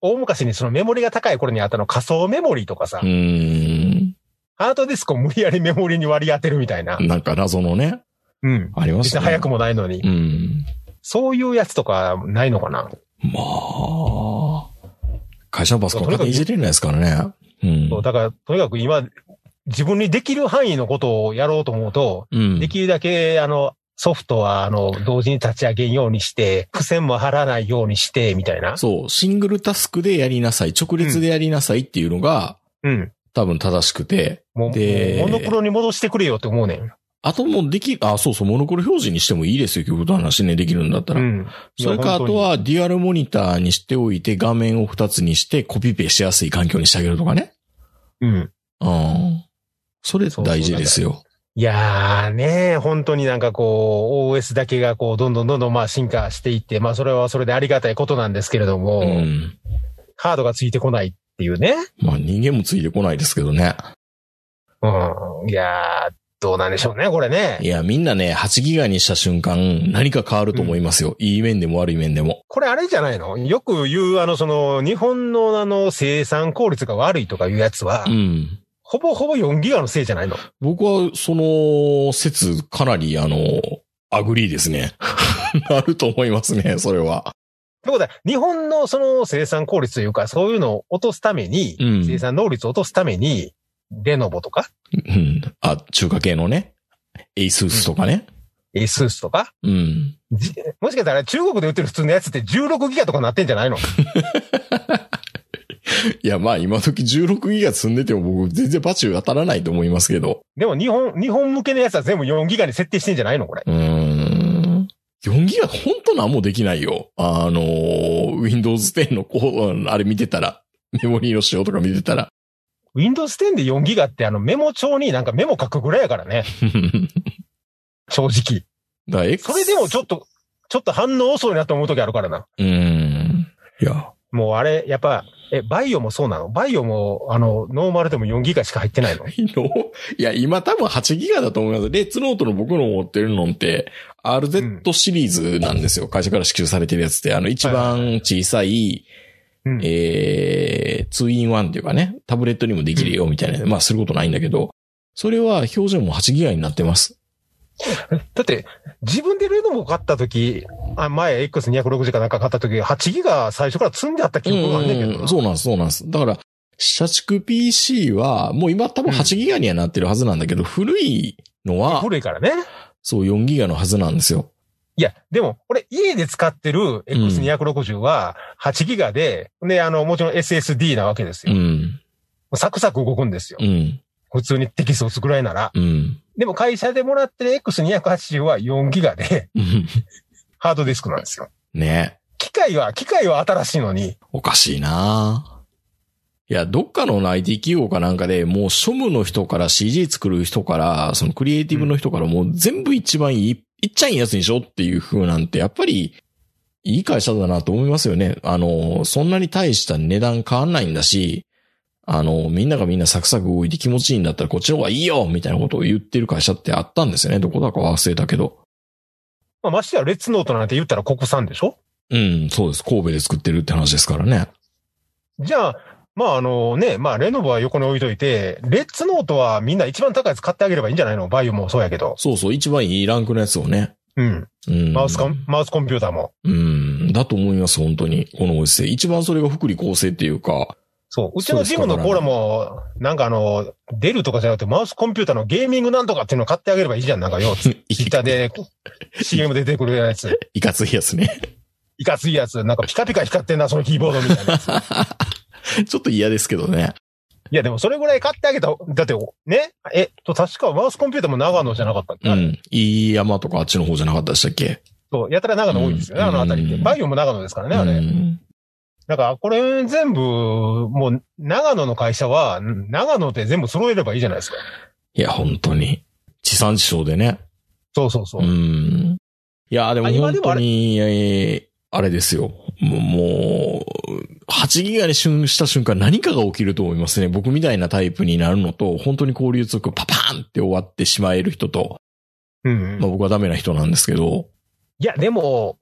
[SPEAKER 4] 大昔にそのメモリが高い頃にあったの仮想メモリとかさ
[SPEAKER 3] う、ーん。
[SPEAKER 4] ハードディスクを無理やりメモリに割り当てるみたいな。
[SPEAKER 3] なんか謎のね。
[SPEAKER 4] うん。
[SPEAKER 3] ありまし
[SPEAKER 4] 別
[SPEAKER 3] た
[SPEAKER 4] に
[SPEAKER 3] ね。
[SPEAKER 4] 早くもないのに。
[SPEAKER 3] うん。
[SPEAKER 4] そういうやつとかないのかな。
[SPEAKER 3] まあ、会社のパソコン勝手にいじれないですからね。うん。
[SPEAKER 4] そうだから、とにかく今、自分にできる範囲のことをやろうと思うと、
[SPEAKER 3] うん。
[SPEAKER 4] できるだけ、あの、ソフトは、あの、同時に立ち上げんようにして、付箋も貼らないようにして、みたいな。
[SPEAKER 3] そう、シングルタスクでやりなさい、直列でやりなさいっていうのが、
[SPEAKER 4] うん。
[SPEAKER 3] 多分正しくて。
[SPEAKER 4] もう、
[SPEAKER 3] で
[SPEAKER 4] もうモノクロに戻してくれよって思うねん。
[SPEAKER 3] あともうでき、あ、そうそう、モノクロ表示にしてもいいですよ、極端な話ね、できるんだった
[SPEAKER 4] う
[SPEAKER 3] ら。
[SPEAKER 4] ん。
[SPEAKER 3] それか、あと
[SPEAKER 4] いや、
[SPEAKER 3] は、デュアルモニターにしておいて、画面を2つにして、コピペしやすい環境にしてあげるとかね。
[SPEAKER 4] 本当にうん。
[SPEAKER 3] うん。それ大事ですよ。
[SPEAKER 4] いやーね、本当になんかこう、OS だけがこう、どんどんどんどんまあ進化していって、まあそれはそれでありがたいことなんですけれども、
[SPEAKER 3] うん。
[SPEAKER 4] カードがついてこないっていうね。
[SPEAKER 3] まあ、人間もついてこないですけどね。
[SPEAKER 4] うん。いやー、どうなんでしょうね、これね
[SPEAKER 3] い。や、みんなね、8ギガにした瞬間、何か変わると思いますよ。いい面でも悪い面でも。
[SPEAKER 4] これあれじゃないのよく言う、あの、その、日本のあの、生産効率が悪いとかいうやつは、
[SPEAKER 3] うん。
[SPEAKER 4] ほぼほぼ4ギガのせいじゃないの
[SPEAKER 3] 僕は、その、説、かなり、あの、アグリーですね。 なると思いますね、それは。
[SPEAKER 4] ということは、日本のその生産効率というか、そういうのを落とすために、
[SPEAKER 3] うん
[SPEAKER 4] 生産能率を落とすために、レノボとか、
[SPEAKER 3] うん。あ、中華系のね。エイスースとかね。
[SPEAKER 4] エスースとか、
[SPEAKER 3] うん。
[SPEAKER 4] じもしかしたら中国で売ってる普通のやつって16ギガとかなってんじゃないの
[SPEAKER 3] いや、まあ今時16ギガ積んでても僕全然バチュー当たらないと思いますけど。
[SPEAKER 4] でも日本、日本向けのやつは全部4ギガに設定してんじゃないのこれ。
[SPEAKER 3] うーん。4ギガほんとなんもできないよ。あのー、Windows 10のこう、あれ見てたら、メモリーの仕様とか見てたら。
[SPEAKER 4] Windows 10で4ギガってあのメモ帳になんかメモ書くぐらいやからね。正直。
[SPEAKER 3] だから X
[SPEAKER 4] それでもちょっと、ちょっと反応遅いなと思う時あるからな。
[SPEAKER 3] うーん。いや、
[SPEAKER 4] もうあれ、やっぱ、え、バイオもそうなのバイオも、あの、ノーマルでも4ギガしか入ってないの
[SPEAKER 3] 昨日いや、今多分8ギガだと思います。レッツノートの僕の持ってるのって、RZ シリーズなんですよ。会社から支給されてるやつって、あの一番小さい、
[SPEAKER 4] うん。
[SPEAKER 3] えー、2 in 1っていうかね、タブレットにもできるよみたいな、まあすることないんだけど、それは表情も8ギガになってます。
[SPEAKER 4] だって、自分でレノボ買った時、あ前 X260 かなんか買った時、8ギガ最初から積んであった記憶があんねんけどな。
[SPEAKER 3] そうなんです、そうなんです。だから、社畜 PC は、もう今多分8ギガにはなってるはずなんだけど、古いのは、
[SPEAKER 4] 古いからね。
[SPEAKER 3] そう4ギガのはずなんですよ。
[SPEAKER 4] いや、でも、俺、家で使ってる X260 は8ギガで、で、あの、もちろん SSD なわけです
[SPEAKER 3] う
[SPEAKER 4] よ。
[SPEAKER 3] ん。
[SPEAKER 4] サクサク動くんですよ
[SPEAKER 3] う。ん。
[SPEAKER 4] 普通にテキストを作らいなら。
[SPEAKER 3] うん。
[SPEAKER 4] でも、会社でもらってる X280 は4ギガで、
[SPEAKER 3] うん
[SPEAKER 4] ハードディスクなんですよ。
[SPEAKER 3] ね
[SPEAKER 4] 機械は、機械は新しいのに、
[SPEAKER 3] おかしいないや、どっかの IT 企業かなんかでもう庶務の人から CG 作る人から、そのクリエイティブの人からもう全部一番いい、いっちゃいいやつにしようっていう風なんて、やっぱりいい会社だなと思いますよね。あの、そんなに大した値段変わんないんだし、あの、みんながみんなサクサク動いて気持ちいいんだったらこっちの方がいいよみたいなことを言ってる会社ってあったんですよね。どこだか忘れたけど。
[SPEAKER 4] まあ、ましてやレッツノートなんて言ったらここ産でしょ
[SPEAKER 3] うん、そうです。神戸で作ってるって話ですからね。
[SPEAKER 4] じゃあ、まああのね、まあレノボは横に置いといて、レッツノートはみんな一番高いやつ買ってあげればいいんじゃないのバイオもそうやけど。
[SPEAKER 3] そうそう、一番いいランクのやつをね。
[SPEAKER 4] うん。
[SPEAKER 3] うん。
[SPEAKER 4] マウスコン、マウスコンピューターも。
[SPEAKER 3] うん。だと思います、本当に。このご時世。一番それが福利厚生っていうか、
[SPEAKER 4] そう。うちのジムのコーラも、なんかあの、出るとかじゃなくて、マウスコンピューターのゲーミングなんとかっていうのを買ってあげればいいじゃん。なんかよ、ツ
[SPEAKER 3] い
[SPEAKER 4] イッターで CM で出てくるやつ。
[SPEAKER 3] いかついやつね。
[SPEAKER 4] いかついやつ。なんかピカピカ光ってんな、そのキーボードみた いなやつ。い
[SPEAKER 3] ちょっと嫌ですけどね。
[SPEAKER 4] や、でもそれぐらい買ってあげた、だって、ね、えっと、確かマウスコンピューターも長野じゃなかったっけ、
[SPEAKER 3] うん。いい山とかあっちの方じゃなかったでしたっけ
[SPEAKER 4] そう、やたら長野多いですよね、
[SPEAKER 3] うん
[SPEAKER 4] あの辺りって。バイオも長野ですからね、あれ。
[SPEAKER 3] うん。
[SPEAKER 4] だから、これ全部、もう、長野の会社は、ん長野で全部揃えればいいじゃないですか。
[SPEAKER 3] いや、本当に。地産地消でね。
[SPEAKER 4] そうそうそうう。
[SPEAKER 3] ん。いや、でも
[SPEAKER 4] あ今
[SPEAKER 3] 本
[SPEAKER 4] でも
[SPEAKER 3] 当
[SPEAKER 4] あれ
[SPEAKER 3] に、えーあれですよ。もう、もう8ギガに瞬した瞬間何かが起きると思いますね。僕みたいなタイプになるのと、本当に交流通くパパーンって終わってしまえる人と、
[SPEAKER 4] うんうん
[SPEAKER 3] まあ僕はダメな人なんですけど、
[SPEAKER 4] いや、でも、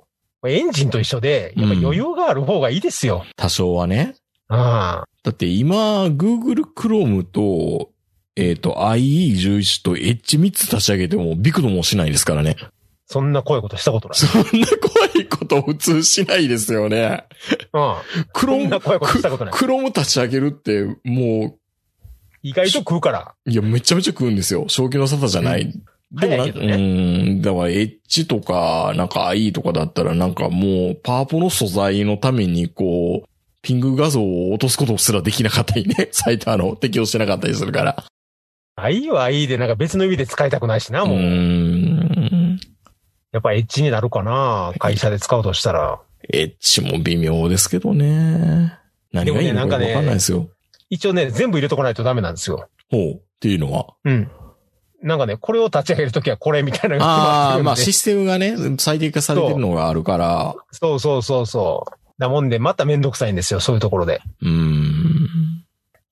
[SPEAKER 4] エンジンと一緒で、やっぱ余裕がある方がいいですよ。
[SPEAKER 3] 多少はね。
[SPEAKER 4] ああ。
[SPEAKER 3] だって今、Google Chrome と、えっ、と、IE11 と H3 つ立ち上げてもビクともしないですからね。
[SPEAKER 4] そんな怖いことしたことない。
[SPEAKER 3] そんな怖いこと普通しないですよね。
[SPEAKER 4] うん。そん
[SPEAKER 3] Chrome
[SPEAKER 4] な怖いことしたことない。
[SPEAKER 3] クロム立ち上げるって、も
[SPEAKER 4] 意外と食うから。
[SPEAKER 3] う、いや、めちゃめちゃ食うんですよ。正気の沙汰じゃない。でもな
[SPEAKER 4] 早
[SPEAKER 3] ん
[SPEAKER 4] い
[SPEAKER 3] か、
[SPEAKER 4] けどね
[SPEAKER 3] うん、だから、エッジとか、なんか IE とかだったら、なんかもう、パワポの素材のために、こう、ピング画像を落とすことすらできなかったりね、 サイターの適用してなかったりするから。
[SPEAKER 4] あ、いいはいいで、なんか別の意味で使いたくないしな、も
[SPEAKER 3] う
[SPEAKER 4] う。
[SPEAKER 3] ん。
[SPEAKER 4] やっぱエッジになるかな、会社で使うとしたら。
[SPEAKER 3] エッジも微妙ですけどね。何がいいのかよくわかんないですよ。
[SPEAKER 4] 一応ね、全部入れとかないとダメなんですよ。
[SPEAKER 3] ほう。っていうのは。
[SPEAKER 4] うん。なんかね、これを立ち上げるときはこれ みたいなのが決まっ
[SPEAKER 3] ああ
[SPEAKER 4] てる
[SPEAKER 3] ー、
[SPEAKER 4] んで
[SPEAKER 3] まあシステムがね、最適化されてるのがあるから。
[SPEAKER 4] そうそうそうそう。なもんで、まためんどくさいんですよ、そういうところで。
[SPEAKER 3] うーん。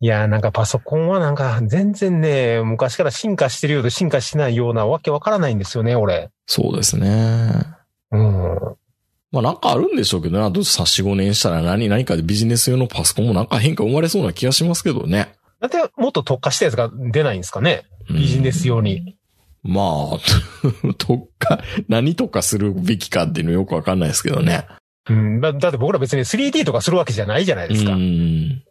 [SPEAKER 4] いやーなんかパソコンはなんか全然ね、昔から進化してるようで進化しないようなわけわからないんですよね、俺。
[SPEAKER 3] そうですね。
[SPEAKER 4] うん。
[SPEAKER 3] まあなんかあるんでしょうけどね。あとさ、4、5年したら何、何かでビジネス用のパソコンもなんか変化生まれそうな気がしますけどね。
[SPEAKER 4] だってもっと特化したやつが出ないんですかねビジネス用に。
[SPEAKER 3] うん。 まあ、特化、何とかするべきかっていうのよくわかんないですけどね。
[SPEAKER 4] うんだ。だって僕ら別に 3D とかするわけじゃないじゃないですか。
[SPEAKER 3] う
[SPEAKER 4] うん。
[SPEAKER 3] ん。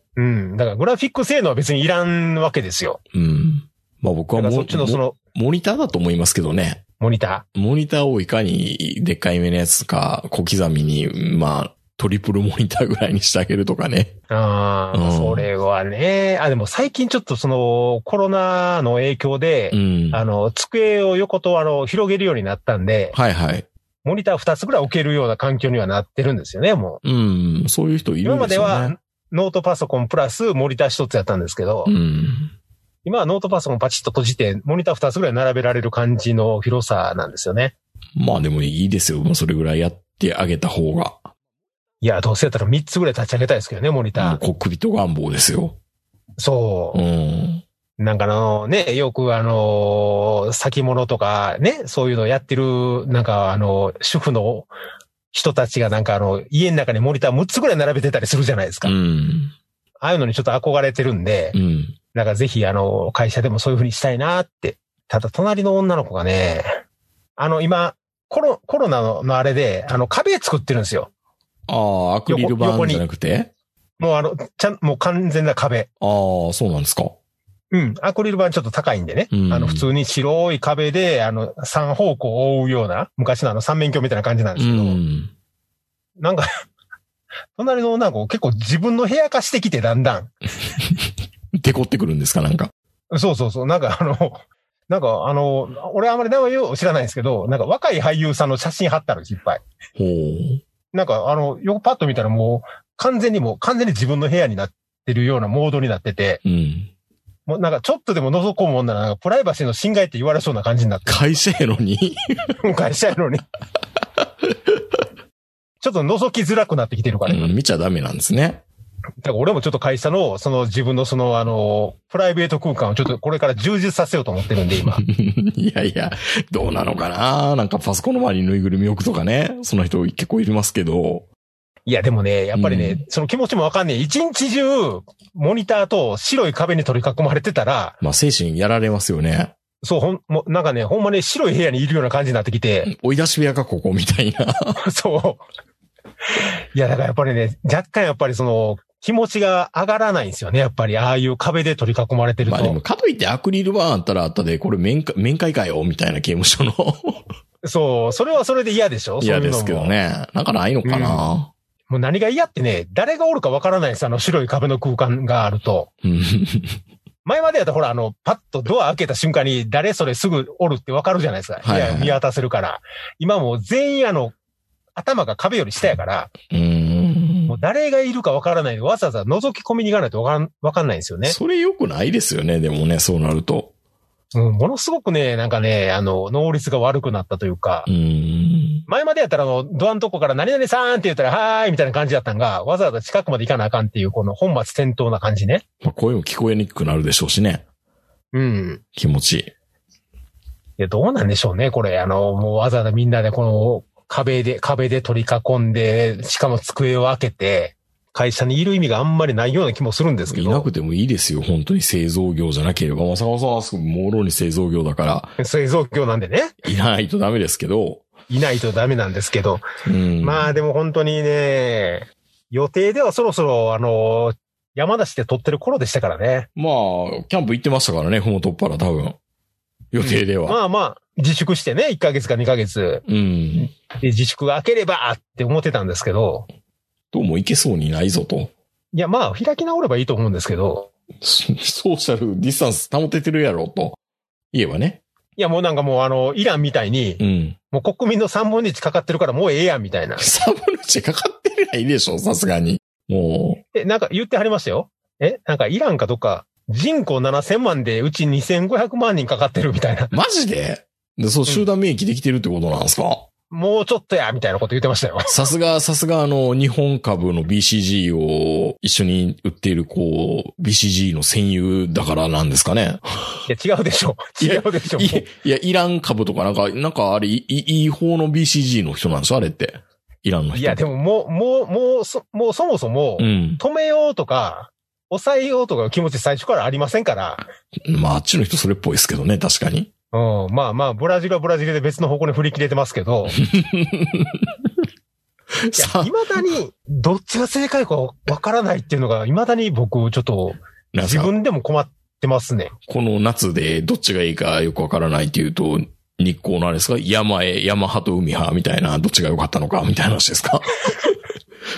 [SPEAKER 4] だからグラフィック性能は別にいらんわけですよ。
[SPEAKER 3] うん。まあ僕は
[SPEAKER 4] だからそ
[SPEAKER 3] モ
[SPEAKER 4] っちのそ
[SPEAKER 3] モ
[SPEAKER 4] の
[SPEAKER 3] モニターだと思いますけどね。
[SPEAKER 4] モニタ
[SPEAKER 3] モニターをいかにでっかい目のやつか、小刻みに、まあ、トリプルモニターぐらいにしてあげるとかね。
[SPEAKER 4] ー。ああ、
[SPEAKER 3] うん
[SPEAKER 4] それはね。あ、でも最近ちょっとそのコロナの影響で、
[SPEAKER 3] うん。
[SPEAKER 4] あの、机を横とあの、広げるようになったんで、
[SPEAKER 3] はいはい。
[SPEAKER 4] モニター2つぐらい置けるような環境にはなってるんですよね、も
[SPEAKER 3] うん。そういう人
[SPEAKER 4] う。
[SPEAKER 3] いる
[SPEAKER 4] 今
[SPEAKER 3] ん
[SPEAKER 4] ま
[SPEAKER 3] です
[SPEAKER 4] で
[SPEAKER 3] よね。
[SPEAKER 4] は、ノートパソコンプラスモニター1つやったんですけど、
[SPEAKER 3] うん。
[SPEAKER 4] 今はノートパソコンパチッと閉じて、モニター2つぐらい並べられる感じの広さなんですよね。
[SPEAKER 3] まあでもいいですよ。もうそれぐらいやってあげた方が。
[SPEAKER 4] いや、どうせやったら3つぐらい立ち上げたいですけどね、モニ
[SPEAKER 3] もう
[SPEAKER 4] ター。
[SPEAKER 3] コックピット願望ですよ。
[SPEAKER 4] そうう。
[SPEAKER 3] ん。
[SPEAKER 4] なんかあの、ね、よくあのー先物とかね、そういうのやってる、なんかあの、主婦の人たちがなんかあの、家の中にモニター6つぐらい並べてたりするじゃないです
[SPEAKER 3] う
[SPEAKER 4] か。
[SPEAKER 3] ん。
[SPEAKER 4] ああいうのにちょっと憧れてるんで
[SPEAKER 3] う、ん。
[SPEAKER 4] なんかぜひあの、会社でもそういう風にしたいなって。ただ、隣の女の子がね、あの、今、コロ、コロナののあれで、あの、壁作ってるんですよ。
[SPEAKER 3] ああ、アクリル板じゃなくて
[SPEAKER 4] もうあの、ちゃん、もう完全な壁。
[SPEAKER 3] ああ、そうなんですか。
[SPEAKER 4] うん。アクリル板ちょっと高いんでね。
[SPEAKER 3] うん
[SPEAKER 4] あの、普通に白い壁で、あの、三方向を覆うような、昔のあの三面鏡みたいな感じなんで
[SPEAKER 3] う
[SPEAKER 4] すけど、
[SPEAKER 3] ん。
[SPEAKER 4] なんか、 隣の女の子結構自分の部屋化してきて、だんだん。
[SPEAKER 3] デコってくるんですかなんか。
[SPEAKER 4] そうそうそう。なんかあの、なんかあの、俺あんまり名前を知らないんですけど、なんか若い俳優さんの写真貼ったんです、いっぱい。
[SPEAKER 3] ほう。
[SPEAKER 4] なんかあの、よくパッと見たらもう、完全にもう、完全に自分の部屋になってるようなモードになってて、
[SPEAKER 3] うん。
[SPEAKER 4] もうなんかちょっとでも覗こうもんなら、なんかプライバシーの侵害って言われそうな感じになってる
[SPEAKER 3] 会社やのに
[SPEAKER 4] 会社やのに。ちょっと覗きづらくなってきてるから、
[SPEAKER 3] う
[SPEAKER 4] ね。
[SPEAKER 3] ん見ちゃダメなんですね。
[SPEAKER 4] だから俺もちょっと会社の、その自分のその、あの、プライベート空間をちょっとこれから充実させようと思ってるんで、今。
[SPEAKER 3] いやいや、どうなのかななんかパソコンの周りにぬいぐるみ置くとかね、その人結構いますけど。
[SPEAKER 4] いや、でもね、やっぱりね、
[SPEAKER 3] うん
[SPEAKER 4] その気持ちもわかんねえ。一日中、モニターと白い壁に取り囲まれてたら、
[SPEAKER 3] まあ精神やられますよね。
[SPEAKER 4] そう、ほん、もうなんかね、ほんまね、白い部屋にいるような感じになってきて、
[SPEAKER 3] 追い出し部屋かここみたいな。
[SPEAKER 4] そう。いや、だからやっぱりね、若干やっぱりその、気持ちが上がらないんですよね。やっぱり、ああいう壁で取り囲まれてると。
[SPEAKER 3] まあでも、かといってアクリル板あったらあったで、これ面会、面会かよみたいな刑務所の
[SPEAKER 4] そう、それはそれで嫌でしょ
[SPEAKER 3] 嫌ですけど
[SPEAKER 4] そういうのも
[SPEAKER 3] ね。なんかないのかな、
[SPEAKER 4] もう何が嫌ってね、誰がおるかわからないです。あの白い壁の空間があると。
[SPEAKER 3] うん、
[SPEAKER 4] 前までやったらほら、あの、パッとドア開けた瞬間に誰それすぐおるってわかるじゃないですか。
[SPEAKER 3] はいはい
[SPEAKER 4] や見渡せるから。今もう全員あの、頭が壁より下やから、
[SPEAKER 3] うん
[SPEAKER 4] もう誰がいるかわからないで、わざわざ覗き込みに行かないとわかん、わかんないんですよね。
[SPEAKER 3] それ良くないですよね、でもね、そうなると。
[SPEAKER 4] うん、ものすごくね、なんかね、あの、能率が悪くなったというか
[SPEAKER 3] う、ん。
[SPEAKER 4] 前までやったらもうドアのとこから何々さんって言ったら、はーいみたいな感じだったんが、わざわざ近くまで行かなあかんっていう、この本末転倒な感じね。
[SPEAKER 3] まあ声も聞こえにくくなるでしょうしね。
[SPEAKER 4] うん。
[SPEAKER 3] 気持ちいい。
[SPEAKER 4] いや、どうなんでしょうね、これ。あの、もうわざわざみんなでこの壁で、壁で取り囲んで、しかも机を開けて、会社にいる意味があんまりないような気もするんですけ
[SPEAKER 3] いな
[SPEAKER 4] ど
[SPEAKER 3] く、てもいいですよ。本当に製造業じゃなければ。まあ、ささすもろに製造業だか
[SPEAKER 4] 製造業なんでね、
[SPEAKER 3] ら、いないとダメですけど。
[SPEAKER 4] いないとダメなんですけど、
[SPEAKER 3] うん。
[SPEAKER 4] まあでも本当にね、予定ではそろそろ、あの、山梨で撮ってる頃でしたからね。
[SPEAKER 3] まあ、キャンプ行ってましたからね、ふもとっぱら多分。予定では。
[SPEAKER 4] まあまあ、自粛してね、1ヶ月か2ヶ月、
[SPEAKER 3] うん。
[SPEAKER 4] で自粛が明ければって思ってたんですけど、
[SPEAKER 3] どうも行けそうにないぞと。
[SPEAKER 4] いや、まあ、開き直ればいいと思うんですけど、
[SPEAKER 3] ソーシャルディスタンス保ててるやろと。言えばね。
[SPEAKER 4] いや、もうなんかもう、あの、イランみたいに
[SPEAKER 3] う、ん。
[SPEAKER 4] もう国民の3分の1かかってるからもうええやんみたいな。
[SPEAKER 3] サブルチかかってないでしょ、さすがに。も
[SPEAKER 4] え、なんか言ってはりましたよ。え、なんかイランかどっか、人口7000万でうち2500万人かかってるみたいな。
[SPEAKER 3] う、マジでで、そう、集団免疫できてるってことなんですか、
[SPEAKER 4] もうちょっとや、みたいなこと言ってましたよ。
[SPEAKER 3] さすが、さすがあの、日本株の BCG を一緒に売っている、こう、BCG の戦友だからなんですかね。
[SPEAKER 4] いや、違うでしょ。
[SPEAKER 3] いや
[SPEAKER 4] 違うでしょ。
[SPEAKER 3] い
[SPEAKER 4] もう
[SPEAKER 3] いや、イラン株とかなんか、なんかあれ、いいいい方の BCG の人なんでしょあれって。イランの人。
[SPEAKER 4] いや、で
[SPEAKER 3] も。
[SPEAKER 4] ももう、もう、もう、そもうそもそも
[SPEAKER 3] う、ん。
[SPEAKER 4] 止めようとか、抑えようとかの気持ち最初からありませんから。
[SPEAKER 3] まあ、あっちの人それっぽいですけどね、確かに。
[SPEAKER 4] うん、まあまあ、ブラジルはブラジルで別の方向に振り切れてます けど、い
[SPEAKER 3] さあ、
[SPEAKER 4] まだにどっちが正解かわからないっていうのが、いまだに僕、ちょっと
[SPEAKER 3] なん
[SPEAKER 4] 自
[SPEAKER 3] か、
[SPEAKER 4] 分でも困ってますね。
[SPEAKER 3] この夏でどっちがいいかよくわからないっていうと、日光のあれですか山へ、山派と海派みたいな、どっちが良かったのかみたいな話です か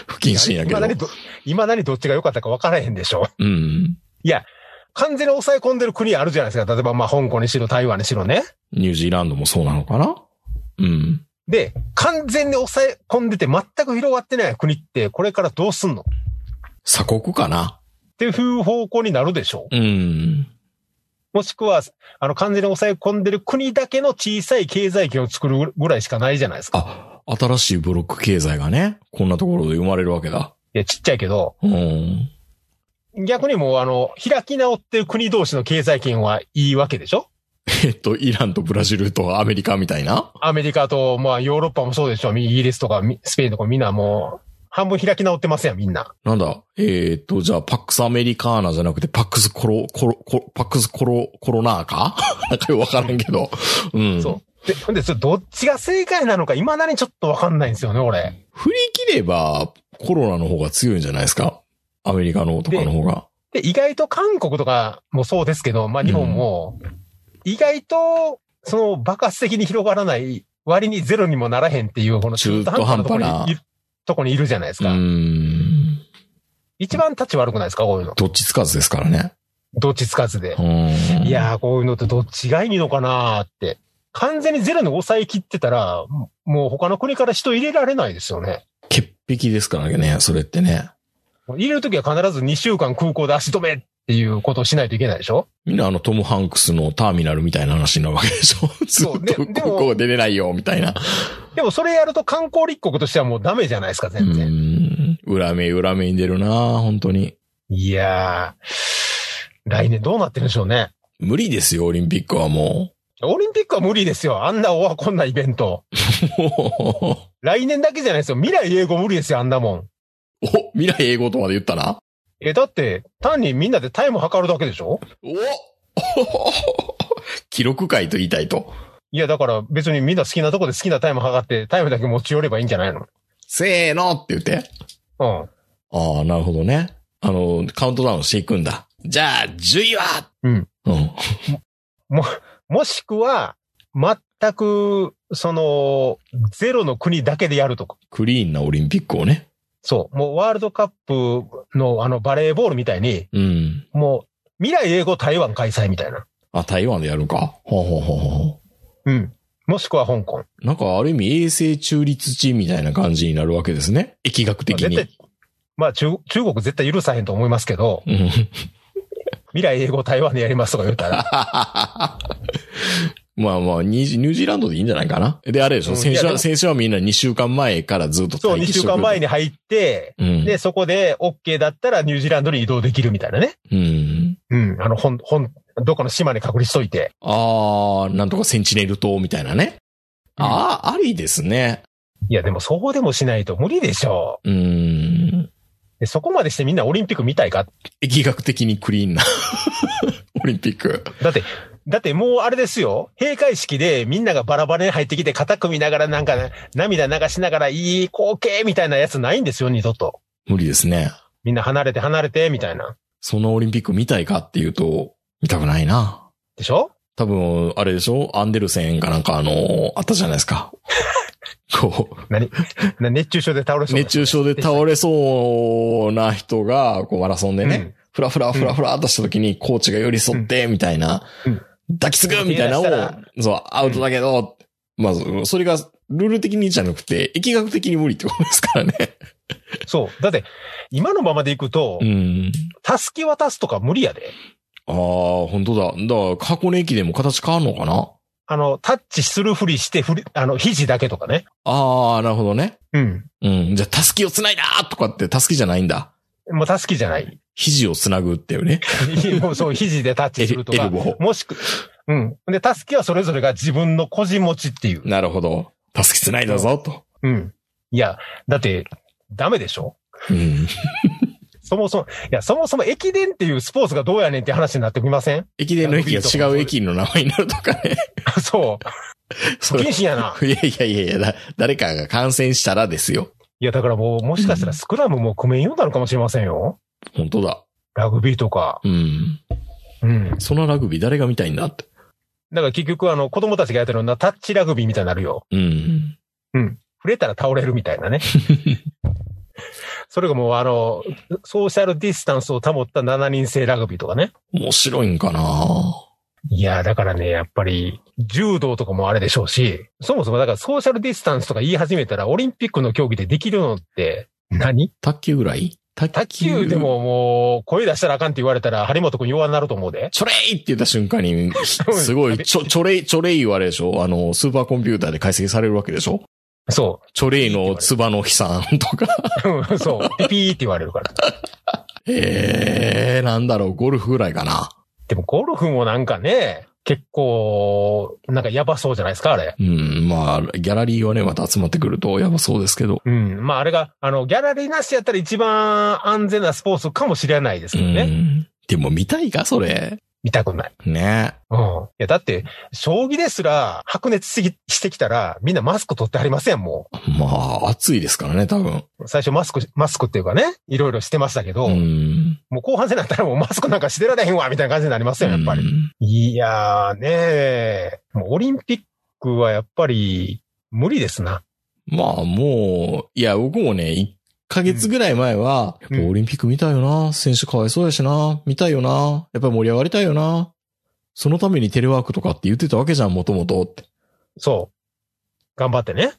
[SPEAKER 3] 不謹慎やけ
[SPEAKER 4] いま
[SPEAKER 3] ど
[SPEAKER 4] だ。にど、いまだにどっちが良かったか分からへんでしょ。
[SPEAKER 3] うん。
[SPEAKER 4] 完全に抑え込んでる国あるじゃないですか。例えば、まあ、香港にしろ、台湾にしろね。
[SPEAKER 3] ニュージーランドもそうなのかなうん。
[SPEAKER 4] で、完全に抑え込んでて全く広がってない国って、これからどうすんのっ
[SPEAKER 3] 鎖国かな
[SPEAKER 4] ていう方向になるでしょ
[SPEAKER 3] うん。
[SPEAKER 4] もしくは、あの、完全に抑え込んでる国だけの小さい経済圏を作るぐらいしかないじゃないですか。
[SPEAKER 3] あ、新しいブロック経済がね、こんなところで生まれるわけだ。
[SPEAKER 4] いや、ちっちゃいけど、
[SPEAKER 3] うん。
[SPEAKER 4] 逆にもう、あの、開き直ってる国同士の経済圏はいいわけでしょ
[SPEAKER 3] えっと、イランとブラジルとアメリカみたいな
[SPEAKER 4] アメリカと、まあ、ヨーロッパもそうでしょ。イギリスとかみスペインとかみんなもう、半分開き直ってますやん、みんな。
[SPEAKER 3] なんだえっと、じゃあ、パックスアメリカーナじゃなくて、パックスコロ、コロ、コロパックスコロ、コロナーか なんかよくわからんけど。うん。
[SPEAKER 4] そう。で、ほんで、それどっちが正解なのか、未だにちょっとわかんないんですよね、俺。
[SPEAKER 3] 振り切れば、コロナの方が強いんじゃないですかアメリカのとかの方が。
[SPEAKER 4] で、意外と韓国とかもそうですけど、まあ日本も、意外と、その爆発的に広がらない、割にゼロにもならへんっていう、この
[SPEAKER 3] 中途半端な
[SPEAKER 4] 中途半とこにいとこにいるじゃないです
[SPEAKER 3] う
[SPEAKER 4] か。
[SPEAKER 3] ん。
[SPEAKER 4] 一番立ち悪くないですか、こういうの。
[SPEAKER 3] どっちつかずですからね。
[SPEAKER 4] どっちつかずで
[SPEAKER 3] う。ん。
[SPEAKER 4] いやー、こういうのってどっちがいいのかなーって。完全にゼロに抑えきってたら、もうもう他の国から人入れられないですよね。
[SPEAKER 3] 潔癖ですからね、それってね。
[SPEAKER 4] 入れるときは必ず2週間空港で足止めっていうことをしないといけないでしょ
[SPEAKER 3] みんなあのトム・ハンクスのターミナルみたいな話になるわけでしょ ずっ
[SPEAKER 4] そう
[SPEAKER 3] と
[SPEAKER 4] ででも
[SPEAKER 3] ここ出れないよ、みたいな。
[SPEAKER 4] でもそれやると観光立国としてはもうダメじゃないですか、
[SPEAKER 3] う
[SPEAKER 4] 全然。
[SPEAKER 3] ん。裏目裏目に出るな本当に。
[SPEAKER 4] いやー、来年どうなってるんでしょうね。
[SPEAKER 3] 無理ですよ、オリンピックはも
[SPEAKER 4] オリンピックは無理ですよ。あんなオワコンなイベント。
[SPEAKER 3] う。 お、
[SPEAKER 4] 来年だけじゃないですよ。未来英語無理ですよ、あんなもん。
[SPEAKER 3] 未来英語とまで言ったな。
[SPEAKER 4] え、だって、単にみんなでタイム測るだけでしょ
[SPEAKER 3] お 記録会と言いたいと。
[SPEAKER 4] いや、だから別にみんな好きなとこで好きなタイム測って、タイムだけ持ち寄ればいいんじゃないの
[SPEAKER 3] せーのって言って。
[SPEAKER 4] うん。
[SPEAKER 3] ああ、なるほどね。あの、カウントダウンしていくんだ。じゃあ、10位は
[SPEAKER 4] うん。
[SPEAKER 3] うん。
[SPEAKER 4] もしくは、全く、その、ゼロの国だけでやるとか。
[SPEAKER 3] クリーンなオリンピックをね。
[SPEAKER 4] そう。もうワールドカップのあのバレーボールみたいに、
[SPEAKER 3] うん。
[SPEAKER 4] もう未来英語台湾開催みたいな。
[SPEAKER 3] あ、台湾でやるか。ほうほうほうほ
[SPEAKER 4] うん。もしくは香港。
[SPEAKER 3] う。なんか、ある意味、衛星中立地みたいな感じになるわけですね。疫学的に。
[SPEAKER 4] まあ絶対、まあ中中国絶対許さへんと思いますけど、
[SPEAKER 3] うん。
[SPEAKER 4] 未来英語台湾でやりますとか言う たら、
[SPEAKER 3] まあまあニジ、ニュージーランドでいいんじゃないかな。で、あれでし
[SPEAKER 4] う
[SPEAKER 3] ょ、
[SPEAKER 4] ん
[SPEAKER 3] 選手
[SPEAKER 4] いやで
[SPEAKER 3] は、
[SPEAKER 4] も
[SPEAKER 3] 選手はみんな2週間前からずっと
[SPEAKER 4] そう、2週間前
[SPEAKER 3] に。
[SPEAKER 4] に入って、
[SPEAKER 3] うん。
[SPEAKER 4] で、そこで OK だったらニュージーランドに移動できるみたいなね。
[SPEAKER 3] うん。
[SPEAKER 4] うん、あの、ほん、ほん、どっかの島に隔離しといて。
[SPEAKER 3] あー、なんとかセンチネル島みたいなね。
[SPEAKER 4] うん
[SPEAKER 3] ああ、ありですね。
[SPEAKER 4] いや、でもそうでもしないと無理でしょ
[SPEAKER 3] うん。
[SPEAKER 4] う。でそこまでしてみんなオリンピック見たいか
[SPEAKER 3] 疫学的にクリーンな オリンピック。
[SPEAKER 4] だって、だってもうあれですよ。閉会式でみんながバラバラに入ってきて肩組みながらなんか涙流しながらいい光景みたいなやつないんですよ、二度と。
[SPEAKER 3] 無理ですね。
[SPEAKER 4] みんな離れて離れてみたいな。
[SPEAKER 3] そのオリンピック見たいかっていうと、見たくないな。
[SPEAKER 4] でしょ
[SPEAKER 3] 多分、あれでしょアンデルセンかなんかあの、あったじゃないです か。こ
[SPEAKER 4] な熱中症で倒れ
[SPEAKER 3] う、
[SPEAKER 4] そうな
[SPEAKER 3] 熱中症で倒れそうな人が、こうマラソンでね、ふらふらふらふらっとした時にコーチが寄り添って、みたいな、
[SPEAKER 4] うん
[SPEAKER 3] 抱きつくみたいなの
[SPEAKER 4] 手出した
[SPEAKER 3] を、そう、アウトだけど、まあ、それがルール的にじゃなくて、疫学的に無理ってことですからね。
[SPEAKER 4] うん。そう。だって、今のままでいくと
[SPEAKER 3] う、ん。
[SPEAKER 4] たすき渡すとか無理やで。
[SPEAKER 3] ああ、本当だ。だから、箱根駅でも形変わるのかな
[SPEAKER 4] あの、タッチするふりして、ふり、あの、肘だけとかね。
[SPEAKER 3] ああ、なるほどね。
[SPEAKER 4] うん。
[SPEAKER 3] うん。じゃあ、たすきをつないだーとかって、たすきじゃないんだ。
[SPEAKER 4] もうたすきじゃない。
[SPEAKER 3] 肘をつなぐっていうね。
[SPEAKER 4] もうそう、肘でタッチ
[SPEAKER 3] エ
[SPEAKER 4] す
[SPEAKER 3] ルエ
[SPEAKER 4] ると
[SPEAKER 3] ル
[SPEAKER 4] か。
[SPEAKER 3] ボー。
[SPEAKER 4] もしく、うん。で、たすきはそれぞれが自分の個人持ちっていう。
[SPEAKER 3] なるほど。たすきつないだぞ、と。
[SPEAKER 4] うん。いや、だって、ダメでしょ
[SPEAKER 3] うん。
[SPEAKER 4] そもそも、いや、そもそも駅伝っていうスポーツがどうやねんって話になってきませ ん
[SPEAKER 3] 駅伝の駅が違う駅の名前になるとか ね。
[SPEAKER 4] そう。
[SPEAKER 3] そ
[SPEAKER 4] 不
[SPEAKER 3] れ
[SPEAKER 4] 謹慎やな。
[SPEAKER 3] いやいやいやいやだ、誰かが感染したらですよ。
[SPEAKER 4] いや、だからもう、もしかしたらスクラムも組めんようになるかもしれませんよ。
[SPEAKER 3] 本当だ。
[SPEAKER 4] ラグビーとか。
[SPEAKER 3] うん。
[SPEAKER 4] うん。
[SPEAKER 3] そのラグビー誰が見たいんだって。
[SPEAKER 4] だから結局、あの、子供たちがやってるのはタッチラグビーみたいになるよ。
[SPEAKER 3] うん。
[SPEAKER 4] 触れたら倒れるみたいな ね。それがもうあの、ソーシャルディスタンスを保った7人制ラグビーとかね。
[SPEAKER 3] 面白いんかない
[SPEAKER 4] やー、だからね、やっぱり、柔道とかもあれでしょうし、そもそもだからソーシャルディスタンスとか言い始めたら、オリンピックの競技でできるのって何、
[SPEAKER 3] 卓球ぐらい卓
[SPEAKER 4] 卓球で。ももう、声出したらあかんって言われたら、張本君弱になると思うで。
[SPEAKER 3] ちょれいって言った瞬間 に、すごい、ちょ、ちょれい、ちょれいはあれでしょあの、スーパーコンピューターで解析されるわけでしょ
[SPEAKER 4] そ
[SPEAKER 3] チョレイのツバの飛散と か。
[SPEAKER 4] う。うんそう。ピピーって言われるから。
[SPEAKER 3] ええー、なんだろう、ゴルフぐらいかな。
[SPEAKER 4] でもゴルフもなんかね、結構、なんかやばそうじゃないですか、あれ。
[SPEAKER 3] うん、まあ、ギャラリーはね、また集まってくると、やばそうですけど。
[SPEAKER 4] うん。まあ、あれが、あの、ギャラリーなしやったら一番安全なスポーツかもしれないです
[SPEAKER 3] う
[SPEAKER 4] けどね。
[SPEAKER 3] ん。でも見たいか、それ。
[SPEAKER 4] 見たくない。
[SPEAKER 3] ね
[SPEAKER 4] うん。いや、だって、将棋ですら白熱しぎしてきたら、みんなマスク取ってありません、も
[SPEAKER 3] まあ、暑いですからね、多分。
[SPEAKER 4] う。最初マスク、マスクっていうかね、いろいろしてましたけど、
[SPEAKER 3] ん。
[SPEAKER 4] もう後半戦になったらもうマスクなんかしてられへんわ、みたいな感じになりますよ、やっぱり。
[SPEAKER 3] うん
[SPEAKER 4] いやーねえ、もうオリンピックはやっぱり無理ですな。
[SPEAKER 3] まあ、もう、いや、僕もね、1ヶ月ぐらい前は、
[SPEAKER 4] うん
[SPEAKER 3] やっぱオリンピック見たいよな、選手かわいそうやしな、見たいよな、やっぱり盛り上がりたいよな、そのためにテレワークとかって言ってたわけじゃん、もともとって。
[SPEAKER 4] そう。頑張ってね。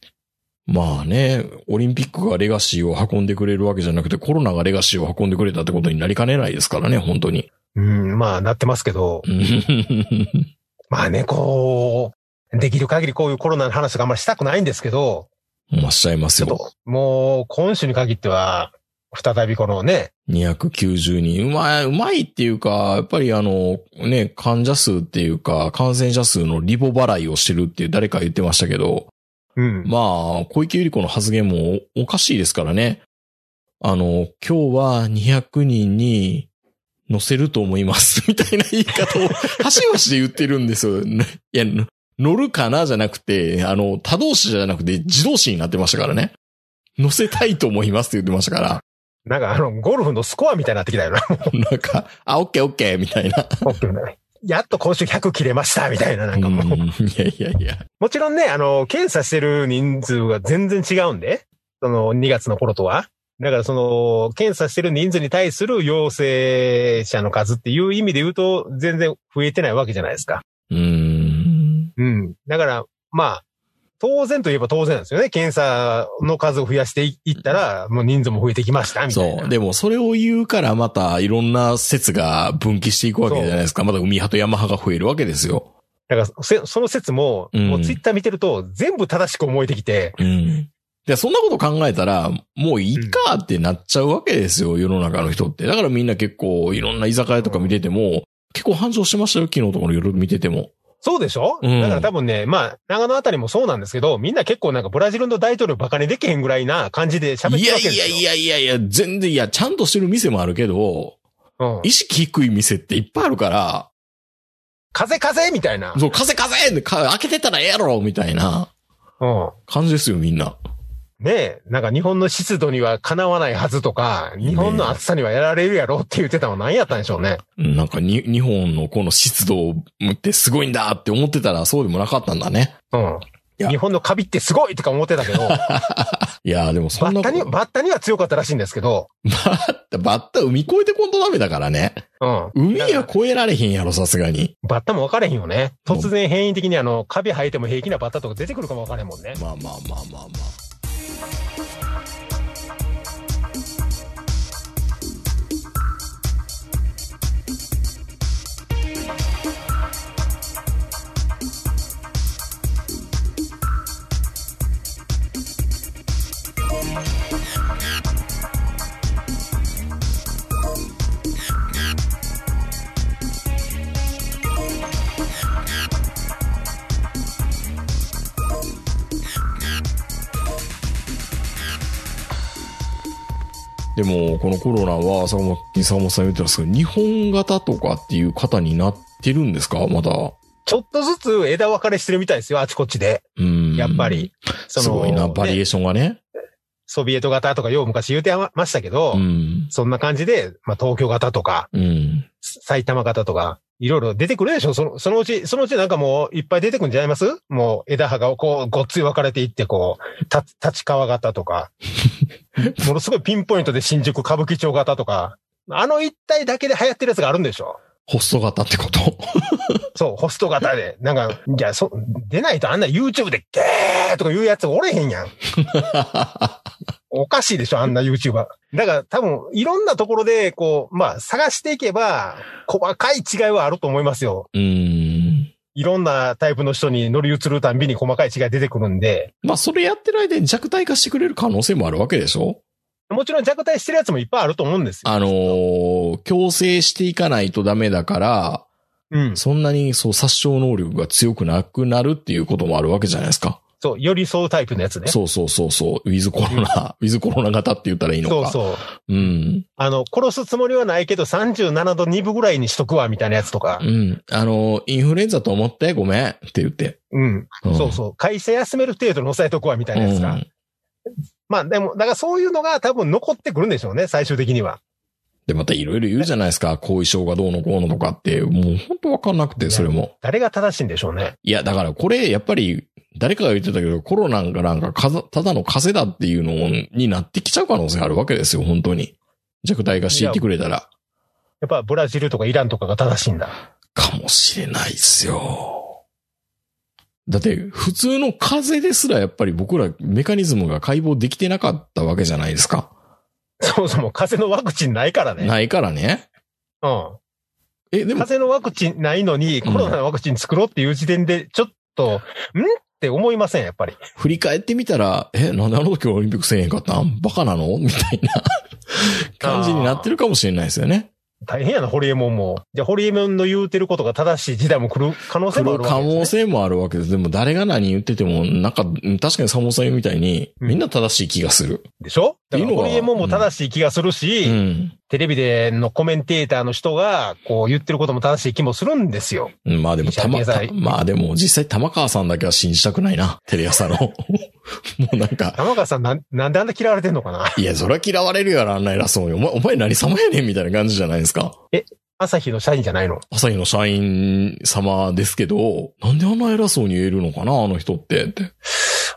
[SPEAKER 3] まあね、オリンピックがレガシーを運んでくれるわけじゃなくて、コロナがレガシーを運んでくれたってことになりかねないですからね、本当に。
[SPEAKER 4] うん、まあなってますけど、
[SPEAKER 3] うん
[SPEAKER 4] まあね、こう、できる限りこういうコロナの話があんまりしたくないんですけど、
[SPEAKER 3] おっしゃいます
[SPEAKER 4] ちょっ
[SPEAKER 3] よ。
[SPEAKER 4] と、もう今週に限っては、再びこのね、
[SPEAKER 3] 290人。うまい、うまいっていうか、やっぱりあの、ね、患者数っていうか、感染者数のリボ払いをしてるっていう誰か言ってましたけど、
[SPEAKER 4] うん。
[SPEAKER 3] まあ、小池百合子の発言もおおかしいですからね。あの、今日は200人に乗せると思います、 みたいな言い方を、端々で言ってるんですよ。ねいや、の乗るかなじゃなくて、あの、他動詞じゃなくて自動詞になってましたからね。乗せたいと思いますって言ってましたから。
[SPEAKER 4] なんかあの、ゴルフのスコアみたいになってきたよな。
[SPEAKER 3] なんか、あ、オッケーオッケーみたいな。
[SPEAKER 4] やっと今週100切れました、みたいな、なんかもう。
[SPEAKER 3] うんいやいやいや。
[SPEAKER 4] もちろんね、あの、検査してる人数が全然違うんで、その2月の頃とは。だからその、検査してる人数に対する陽性者の数っていう意味で言うと、全然増えてないわけじゃないですか。
[SPEAKER 3] うん。
[SPEAKER 4] うん。だから、まあ、当然といえば当然なんですよね。検査の数を増やしていいったら、もう人数も増えてきました、みたいな。
[SPEAKER 3] そう。でも、それを言うから、また、いろんな説が分岐していくわけじゃないですか。また、海派と山派が増えるわけですよ。
[SPEAKER 4] だからせ、その説も、
[SPEAKER 3] うん
[SPEAKER 4] もうツイッター見てると、全部正しく思えてきて、
[SPEAKER 3] うん。で、そんなこと考えたら、もういいかってなっちゃうわけですよ、世の中の人って。だからみんな結構、いろんな居酒屋とか見てても、結構繁盛してましたよ、昨日とかの夜見てても。
[SPEAKER 4] そうでしょ、
[SPEAKER 3] うん
[SPEAKER 4] だから多分ね、まあ、長野あたりもそうなんですけど、みんな結構なんかブラジルの大統領バカにできへんぐらいな感じで喋っ
[SPEAKER 3] い
[SPEAKER 4] てる
[SPEAKER 3] や
[SPEAKER 4] わ
[SPEAKER 3] い
[SPEAKER 4] けですよ。
[SPEAKER 3] やいやいやいや、全然、いや、ちゃんとしてる店もあるけど、
[SPEAKER 4] うん
[SPEAKER 3] 意識低い店っていっぱいあるから、
[SPEAKER 4] 風風みたいな。
[SPEAKER 3] そう、風風ってか開けてたらええやろみたいな
[SPEAKER 4] うん。
[SPEAKER 3] 感じですよ、みんな。
[SPEAKER 4] ねえ、なんか日本の湿度にはかなわないはずとか、日本の暑さにはやられるやろって言ってたのは何やったんでしょうね。
[SPEAKER 3] なんかに、日本のこの湿度ってすごいんだって思ってたらそうでもなかったんだね。
[SPEAKER 4] うん。
[SPEAKER 3] いや
[SPEAKER 4] 日本のカビってすごいとか思ってたけど、バ
[SPEAKER 3] いやーでもそんなこ
[SPEAKER 4] ッタに、
[SPEAKER 3] と。
[SPEAKER 4] バッタには強かったらしいんですけど、
[SPEAKER 3] バッタ、バッタ海越えてこんとダメだからね。
[SPEAKER 4] うん。
[SPEAKER 3] 海は
[SPEAKER 4] だから
[SPEAKER 3] 越えられへんやろ、さすがに。
[SPEAKER 4] バッタも分かれへんよね。突然変異的にあの、カビ生えても平気なバッタとか出てくるかも分かれへんもんね。
[SPEAKER 3] まあまあまあまあまあ。でも、このコロナは、坂本、坂本さん言ってますけど、日本型とかっていう方になってるんですかまだ。
[SPEAKER 4] ちょっとずつ枝分かれしてるみたいですよ、あちこちで。
[SPEAKER 3] うん。
[SPEAKER 4] やっぱ。り。その
[SPEAKER 3] すごいな、
[SPEAKER 4] ね
[SPEAKER 3] バリエーションがね。
[SPEAKER 4] ソビエト型とかよう昔言うてましたけど、
[SPEAKER 3] うん。
[SPEAKER 4] そんな感じで、まあ、東京型とか、
[SPEAKER 3] うん。
[SPEAKER 4] 埼玉型とか、いろいろ出てくるでしょその、そのうち、そのうちなんかもういっぱい出てくるんじゃないますもう枝葉がこう、ごっつい分かれていって、こう、た、立川型 とか、ものすごいピンポイントで新宿歌舞伎町型とか、あの一体だけで流行ってるやつがあるんでしょ
[SPEAKER 3] ホスト型ってこと
[SPEAKER 4] そう、ホスト型で。なんか、いや、そ、出ないとあんな YouTube でゲーとか言うやつおれへんやん。おかしいでしょ、あんな YouTuber。だから多分、いろんなところで、こう、まあ、探していけば、細かい違いはあると思いますよ。
[SPEAKER 3] うーん。
[SPEAKER 4] いろんなタイプの人に乗り移るたんびに細かい違い出てくるんで、
[SPEAKER 3] まあ、それやってる間に弱体化してくれる可能性もあるわけでしょ
[SPEAKER 4] もちろん弱体してるやつもいっぱいあると思うんですよ。
[SPEAKER 3] あのー強制していかないとダメだから、
[SPEAKER 4] うん。
[SPEAKER 3] そんなにそう殺傷能力が強くなくなるっていうこともあるわけじゃないですか。
[SPEAKER 4] そう、寄り添うタイプのやつね。
[SPEAKER 3] そうそうそうそう。ウィズコロナ、ウィズコロナ型って言ったらいいの
[SPEAKER 4] そう
[SPEAKER 3] か。う
[SPEAKER 4] そう。
[SPEAKER 3] ん。
[SPEAKER 4] あの、殺すつもりはないけど、37度2分ぐらいにしとくわ、みたいなやつとか
[SPEAKER 3] う。ん。あの、インフルエンザと思ってごめんって言って。
[SPEAKER 4] うん。
[SPEAKER 3] ん
[SPEAKER 4] そうそう。会社休める程度に抑えとくわ、みたいなやつ
[SPEAKER 3] う
[SPEAKER 4] が。
[SPEAKER 3] ん
[SPEAKER 4] まあでも、だからそういうのが多分残ってくるんでしょうね、最終的には。
[SPEAKER 3] で、またいろいろ言うじゃないですか。後遺症がどうのこうのとかって、もう本当わかんなくて、それも。
[SPEAKER 4] 誰が正しいんでしょうね。
[SPEAKER 3] いや、だからこれ、やっぱり、誰かが言ってたけど、コロナがなんかかざ、ただの風邪だっていうのになってきちゃう可能性あるわけですよ、本当に。弱体が敷いてくれたら。
[SPEAKER 4] やっぱブラジルとかイランとかが正しいんだ。
[SPEAKER 3] かもしれないっすよ。だって、普通の風邪ですらやっぱり僕らメカニズムが解剖できてなかったわけじゃないですか。
[SPEAKER 4] そもそも風邪のワクチンないからね。うん。
[SPEAKER 3] ないからね。
[SPEAKER 4] 風
[SPEAKER 3] え、でも、
[SPEAKER 4] 邪のワクチンないのに、コロナのワクチン作ろうっていう時点で、ちょっと、んって思いません、やっぱり。
[SPEAKER 3] 振り返ってみたら、え、なんであの時オリンピックせえへんかったんバカなのみたい な感じになってるかもしれないですよね。
[SPEAKER 4] 大変やな、ホリエモンも。じゃあ、ホリエモンの言うてることが正しい時代も来る可能性
[SPEAKER 3] 来
[SPEAKER 4] もあ
[SPEAKER 3] る
[SPEAKER 4] るわ
[SPEAKER 3] 可
[SPEAKER 4] けです、ね。
[SPEAKER 3] 能性もあるわけです。でも誰が何言ってても、なんか、うん確かにサモさん言うみたいに、
[SPEAKER 4] うん
[SPEAKER 3] みんな正しい気がする。
[SPEAKER 4] でしょだ
[SPEAKER 3] ってい
[SPEAKER 4] から
[SPEAKER 3] うの
[SPEAKER 4] ホ
[SPEAKER 3] は
[SPEAKER 4] リエモンも正しい気がするし、
[SPEAKER 3] うん。
[SPEAKER 4] テレビでのコメンテーターの人が、こう言ってることも正しい気もするんですよ。
[SPEAKER 3] まあでも、たま、
[SPEAKER 4] 経済
[SPEAKER 3] たまあでも、実際玉川さんだけは信じたくないな。テレ朝の。 もうなんか、
[SPEAKER 4] 玉川さんなん、なんであんな嫌われてんのかない
[SPEAKER 3] や、そりゃ嫌われるやろ、あんな偉そうに。お前、お前何様やねんみたいな感じじゃないですか。
[SPEAKER 4] 朝日の社員じゃないの。
[SPEAKER 3] 朝日の社員様ですけど、なんであんな偉そうに言えるのかな、あの人って。って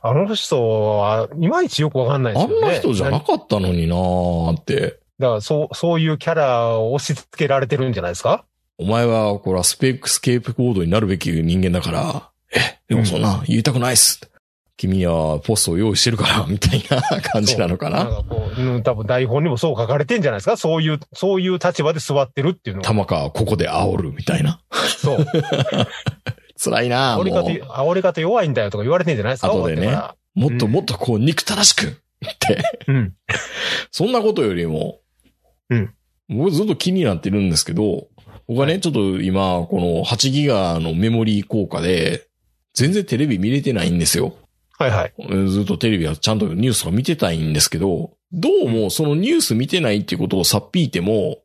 [SPEAKER 4] あの人は、いまいちよくわかんないで
[SPEAKER 3] あ
[SPEAKER 4] すよ
[SPEAKER 3] ん
[SPEAKER 4] ね。
[SPEAKER 3] な人じゃな
[SPEAKER 4] な
[SPEAKER 3] かったのになーって。
[SPEAKER 4] だから、そう、そういうキャラを押し付けられてるんじゃないですか
[SPEAKER 3] お前は、これはスペックスケープコードになるべき人間だから、え、でもそんな、言いたくないっす。君にはポストを用意してるから、みたいな感じなのか
[SPEAKER 4] なん
[SPEAKER 3] な。
[SPEAKER 4] かこう、うん、多分台本にもそう書かれてんじゃないですかそういう、そういう立場で座ってるっていうのは。
[SPEAKER 3] 玉川はここで煽る、みたいな。
[SPEAKER 4] そう。
[SPEAKER 3] 辛いな
[SPEAKER 4] 煽
[SPEAKER 3] も
[SPEAKER 4] り方、
[SPEAKER 3] う。
[SPEAKER 4] 煽り方弱いんだよとか言われてんじゃないですか
[SPEAKER 3] 後でね
[SPEAKER 4] 終わっ
[SPEAKER 3] もっと
[SPEAKER 4] うん
[SPEAKER 3] もっとこう、憎たらしくって。
[SPEAKER 4] てからうん。
[SPEAKER 3] そんなことよりも、
[SPEAKER 4] うん。
[SPEAKER 3] 僕ずっと気になってるんですけど、僕はね、ちょっと今、この8ギガのメモリー効果で、全然テレビ見れてないんですよ。
[SPEAKER 4] はいはい。
[SPEAKER 3] ずっとテレビはちゃんとニュースを見てたいんですけど、どうもそのニュース見てないっていうことをさっぴいても、
[SPEAKER 4] うん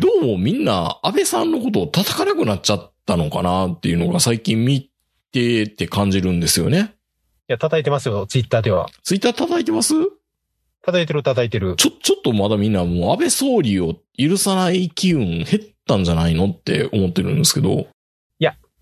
[SPEAKER 3] どうもみんな安倍さんのことを叩かなくなっちゃったのかなっていうのが最近見てて感じるんですよね。
[SPEAKER 4] いや、叩いてますよ、ツイッターでは。
[SPEAKER 3] ツイッター叩いてます
[SPEAKER 4] 叩いてる、叩いてる。
[SPEAKER 3] ちょ、ちょっとまだみんなもう安倍総理を許さない機運減ったんじゃないのって思ってるんですけど。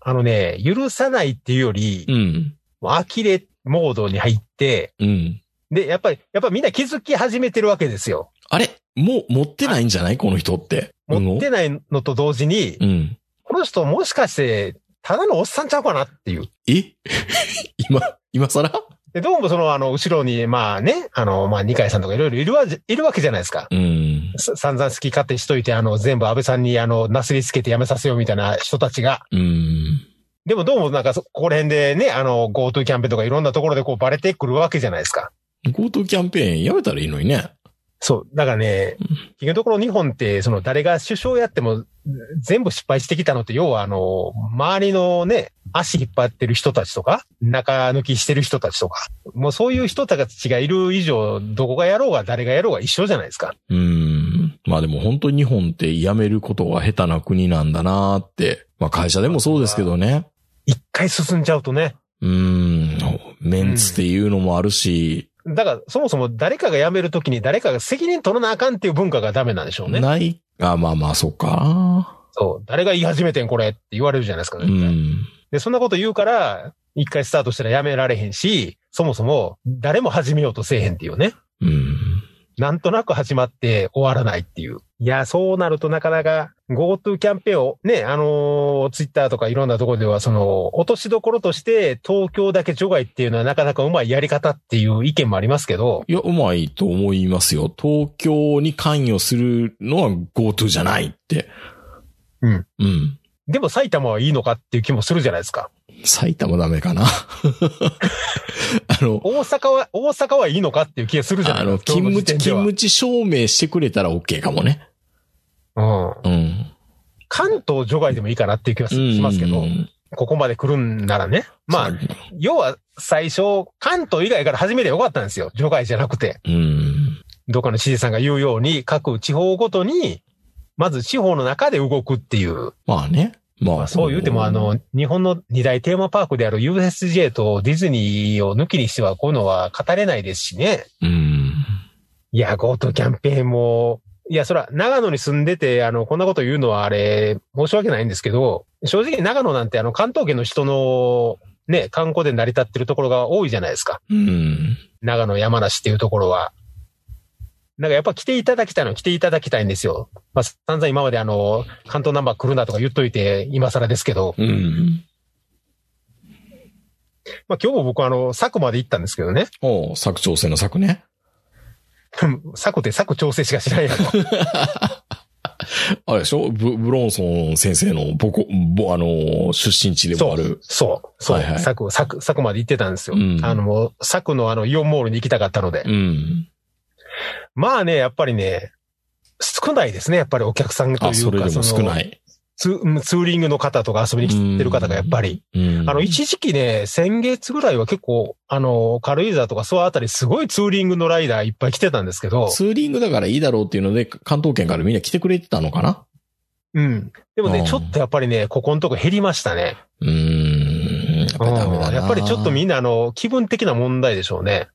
[SPEAKER 4] あのね、許さないっていうより
[SPEAKER 3] う、ん。
[SPEAKER 4] もう呆れモードに入って、
[SPEAKER 3] うん。
[SPEAKER 4] で、やっぱり、やっぱみんな気づき始めてるわけですよ。
[SPEAKER 3] あれもう持ってないんじゃないこの人って。
[SPEAKER 4] 持ってないのと同時に、
[SPEAKER 3] うん。
[SPEAKER 4] この人もしかして、ただのおっさんちゃうかなっていう。
[SPEAKER 3] え 今、今更
[SPEAKER 4] で、どうもその、あの、後ろに、まあね、あの、まあ、二階さんとかいろいろいるわじ、いるわけじゃないですか。
[SPEAKER 3] うん。
[SPEAKER 4] さ散々好き勝手しといて、あの、全部安倍さんに、あの、なすりつけてやめさせようみたいな人たちが。
[SPEAKER 3] うん。
[SPEAKER 4] でもどうもなんかそ、ここら辺でね、あの、GoTo キャンペーンとかいろんなところでこうバレてくるわけじゃないですか。
[SPEAKER 3] GoTo キャンペーンやめたらいいのにね。
[SPEAKER 4] そう。だからね、結局のところ日本って、その誰が首相やっても全部失敗してきたのって、要はあの、周りのね、足引っ張ってる人たちとか、中抜きしてる人たちとか、もうそういう人たちがいる以上、どこがやろうが誰がやろうが一緒じゃないですか。
[SPEAKER 3] うん。まあでも本当に日本ってやめることが下手な国なんだなーって。まあ会社でもそうですけどね。
[SPEAKER 4] 一回進んじゃうとね。
[SPEAKER 3] うん。メンツっていうのもあるし、
[SPEAKER 4] だから、そもそも誰かが辞めるときに誰かが責任取らなあかんっていう文化がダメなんでしょうね。
[SPEAKER 3] ない、あ、まあまあ、そっか。
[SPEAKER 4] そう。誰が言い始めてんこれって言われるじゃないですか、
[SPEAKER 3] う
[SPEAKER 4] 絶対
[SPEAKER 3] ん。
[SPEAKER 4] で、そんなこと言うから、一回スタートしたらやめられへんし、そもそも誰も始めようとせえへんっていうね。
[SPEAKER 3] うん。
[SPEAKER 4] なんとなく始まって終わらないっていう。いや、そうなるとなかなか GoTo キャンペーンをね、あのツイッター Twitter とかいろんなところでは、その、落としどころとして東京だけ除外っていうのはなかなかうまいやり方っていう意見もありますけど、
[SPEAKER 3] いや、うまいと思いますよ。東京に関与するのは GoTo じゃないって。
[SPEAKER 4] うん。
[SPEAKER 3] うん。
[SPEAKER 4] でも埼玉はいいのかっていう気もするじゃないですか。
[SPEAKER 3] 埼玉ダメかな。 あの、
[SPEAKER 4] 大阪は、大阪はいいのかっていう気が するじゃな
[SPEAKER 3] あ
[SPEAKER 4] いで
[SPEAKER 3] の、
[SPEAKER 4] すか。今
[SPEAKER 3] 勤
[SPEAKER 4] 日
[SPEAKER 3] 務
[SPEAKER 4] 時
[SPEAKER 3] 地、
[SPEAKER 4] 点で
[SPEAKER 3] 勤
[SPEAKER 4] は
[SPEAKER 3] 務地証明してくれたら OK かもね。
[SPEAKER 4] うん。
[SPEAKER 3] うん。
[SPEAKER 4] 関東除外でもいいかなっていう気がしますけど。
[SPEAKER 3] うん
[SPEAKER 4] ここまで来るんならね。まあ、要は最初、関東以外から始めりゃよかったんですよ。除外じゃなくて。
[SPEAKER 3] うん。
[SPEAKER 4] どっかの知事さんが言うように、各地方ごとに、まず地方の中で動くっていう。
[SPEAKER 3] まあね。まあ。
[SPEAKER 4] そう言うても、あの、日本の二大テーマパークである USJ とディズニーを抜きにしては、こういうのは語れないですしね。
[SPEAKER 3] うん。
[SPEAKER 4] いや、GoTo キャンペーンも、いや、そら、長野に住んでて、あの、こんなこと言うのはあれ、申し訳ないんですけど、正直長野なんて、あの、関東圏の人の、ね、観光で成り立ってるところが多いじゃないですか。
[SPEAKER 3] うん。
[SPEAKER 4] 長野、山梨っていうところは。なんかやっぱ来ていただきたいのは来ていただきたいんですよ。まあ、散々今まであの、関東ナンバー来るなとか言っといて、今更ですけど。
[SPEAKER 3] うん。
[SPEAKER 4] まあ、今日も僕あの、佐久まで行ったんですけどね。
[SPEAKER 3] おう作調整の作ね。
[SPEAKER 4] 佐久って佐久調整しかしないやろ。
[SPEAKER 3] あれでしょブブロンソン先生の母校、ぼあのー、出身地でもある。
[SPEAKER 4] そう、そう、
[SPEAKER 3] はいはい
[SPEAKER 4] 佐久、佐久、佐久まで行ってたんですよ。
[SPEAKER 3] うん
[SPEAKER 4] あの、もう佐久のあの、イオンモールに行きたかったので。
[SPEAKER 3] うん。
[SPEAKER 4] まあね、やっぱりね、少ないですね、やっぱりお客さんと
[SPEAKER 3] あ、
[SPEAKER 4] いうか。
[SPEAKER 3] それでも少
[SPEAKER 4] い。
[SPEAKER 3] ない。
[SPEAKER 4] ツーツーリングの方とか遊びに来てる方がやっぱり。
[SPEAKER 3] うん。
[SPEAKER 4] あの、一時期ね、先月ぐらいは結構、あの、軽井沢とかそうあたりすごいツーリングのライダーいっぱい来てたんですけど、
[SPEAKER 3] ツーリングだからいいだろうっていうので、関東圏からみんな来てくれてたのかな
[SPEAKER 4] うん。でも
[SPEAKER 3] うん
[SPEAKER 4] ね、ちょっとやっぱりね、ここのとこ減りましたね。
[SPEAKER 3] うーん。やっぱりダメだな。
[SPEAKER 4] うんやっぱりちょっとみんな、あの、気分的な問題でしょうね。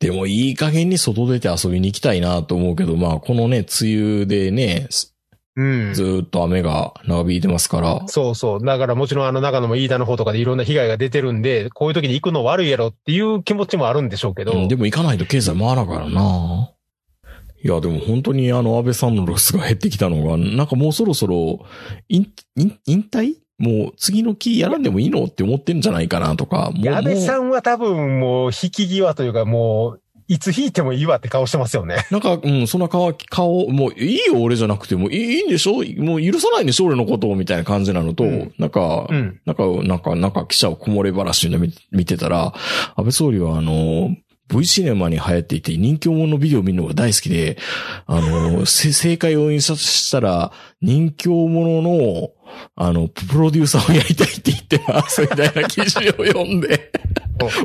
[SPEAKER 3] でもいい加減に外出て遊びに行きたいなと思うけど、まあこのね、梅雨でね、す
[SPEAKER 4] うん。
[SPEAKER 3] ずーっと雨が長引いてますから。
[SPEAKER 4] そうそう。だからもちろんあの長野も飯田の方とかでいろんな被害が出てるんで、こういう時に行くの悪いやろっていう気持ちもあるんでしょうけど、
[SPEAKER 3] うんでも行かないと経済回らんからな。いや、でも本当にあの安倍さんのロスが減ってきたのが、なんかもうそろそろ、引、引、引退もう次の期やらんでもいいのって思ってんじゃないかなとか。もう
[SPEAKER 4] 安倍さ
[SPEAKER 3] も
[SPEAKER 4] んは多分もう引き際というかもう、いつ引いてもいいわって顔してますよね。
[SPEAKER 3] うなんか、うん、そんな顔、顔、もういいよ俺じゃなくてもいいいいんでしょもう許さないんでしょ俺のことをみたいな感じなのと、
[SPEAKER 4] うん
[SPEAKER 3] なんか、
[SPEAKER 4] うん。
[SPEAKER 3] なんか、なんか、なんか記者をこもれ話で見見てたら、安倍総理はあの、V シネマに流行っていて人気者のビデオを見るのが大好きで、あの、せ正解を印刷したら人気者の、あの、プロデューサーをやりたいって言ってます、みたいな記事を読んで。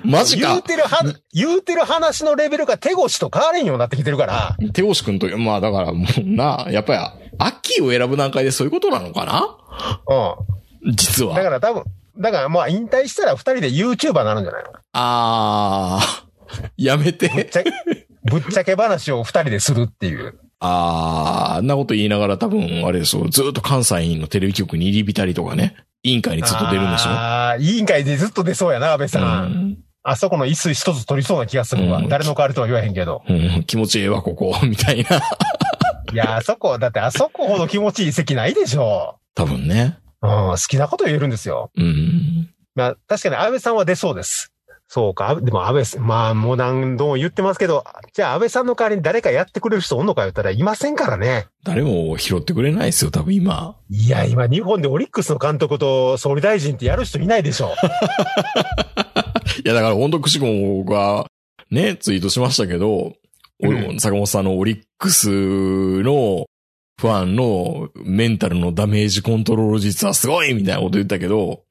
[SPEAKER 3] マジ
[SPEAKER 4] 言う
[SPEAKER 3] か
[SPEAKER 4] てるは、言うてる話のレベルが手越しと変われんようになってきてるから、
[SPEAKER 3] 手押し君という、まあだからもうな、やっぱり、アッキーを選ぶ段階でそういうことなのかな
[SPEAKER 4] う
[SPEAKER 3] 実
[SPEAKER 4] ん。だか
[SPEAKER 3] は。
[SPEAKER 4] ら多分、だからまあ引退したら二人で YouTuber になるんじゃないの
[SPEAKER 3] あー、やめ。
[SPEAKER 4] ぶってちゃ、ぶっちゃけ話を二人でするっていう。
[SPEAKER 3] あー、あんなこと言いながら多分、あれでしょ、ずっと関西のテレビ局に入り浸りとかね、委員会 にずっと出るんでしょ。
[SPEAKER 4] ああ、委員会でずっと出そうやな、安倍さん。
[SPEAKER 3] うん
[SPEAKER 4] あそこの椅子一つ取りそうな気がするわ。
[SPEAKER 3] うん
[SPEAKER 4] 誰の代わりとは言わへんけど。
[SPEAKER 3] うん、気持ちええわ、ここ、みたいな。
[SPEAKER 4] いや、あそこ、だってあそこほど気持ちいい席ないでしょ
[SPEAKER 3] 多分ね。
[SPEAKER 4] う。うん、好きなこと言えるんですよ。
[SPEAKER 3] うん。
[SPEAKER 4] まあ、確かに安倍さんは出そうです。そうか、安でも安倍さん、まあ、もう何度も言ってますけど、じゃあ安倍さんの代わりに誰かやってくれる人おんのか言ったらいませんからね。
[SPEAKER 3] 誰も拾ってくれないですよ、多分今。
[SPEAKER 4] いや、今日本でオリックスの監督と総理大臣ってやる人いないでしょ
[SPEAKER 3] いや、だから本当くしくも僕は、ね、ツイートしましたけど、お
[SPEAKER 4] うん
[SPEAKER 3] 坂本さんのオリックスのファンのメンタルのダメージコントロール術はすごいみたいなこと言ったけど、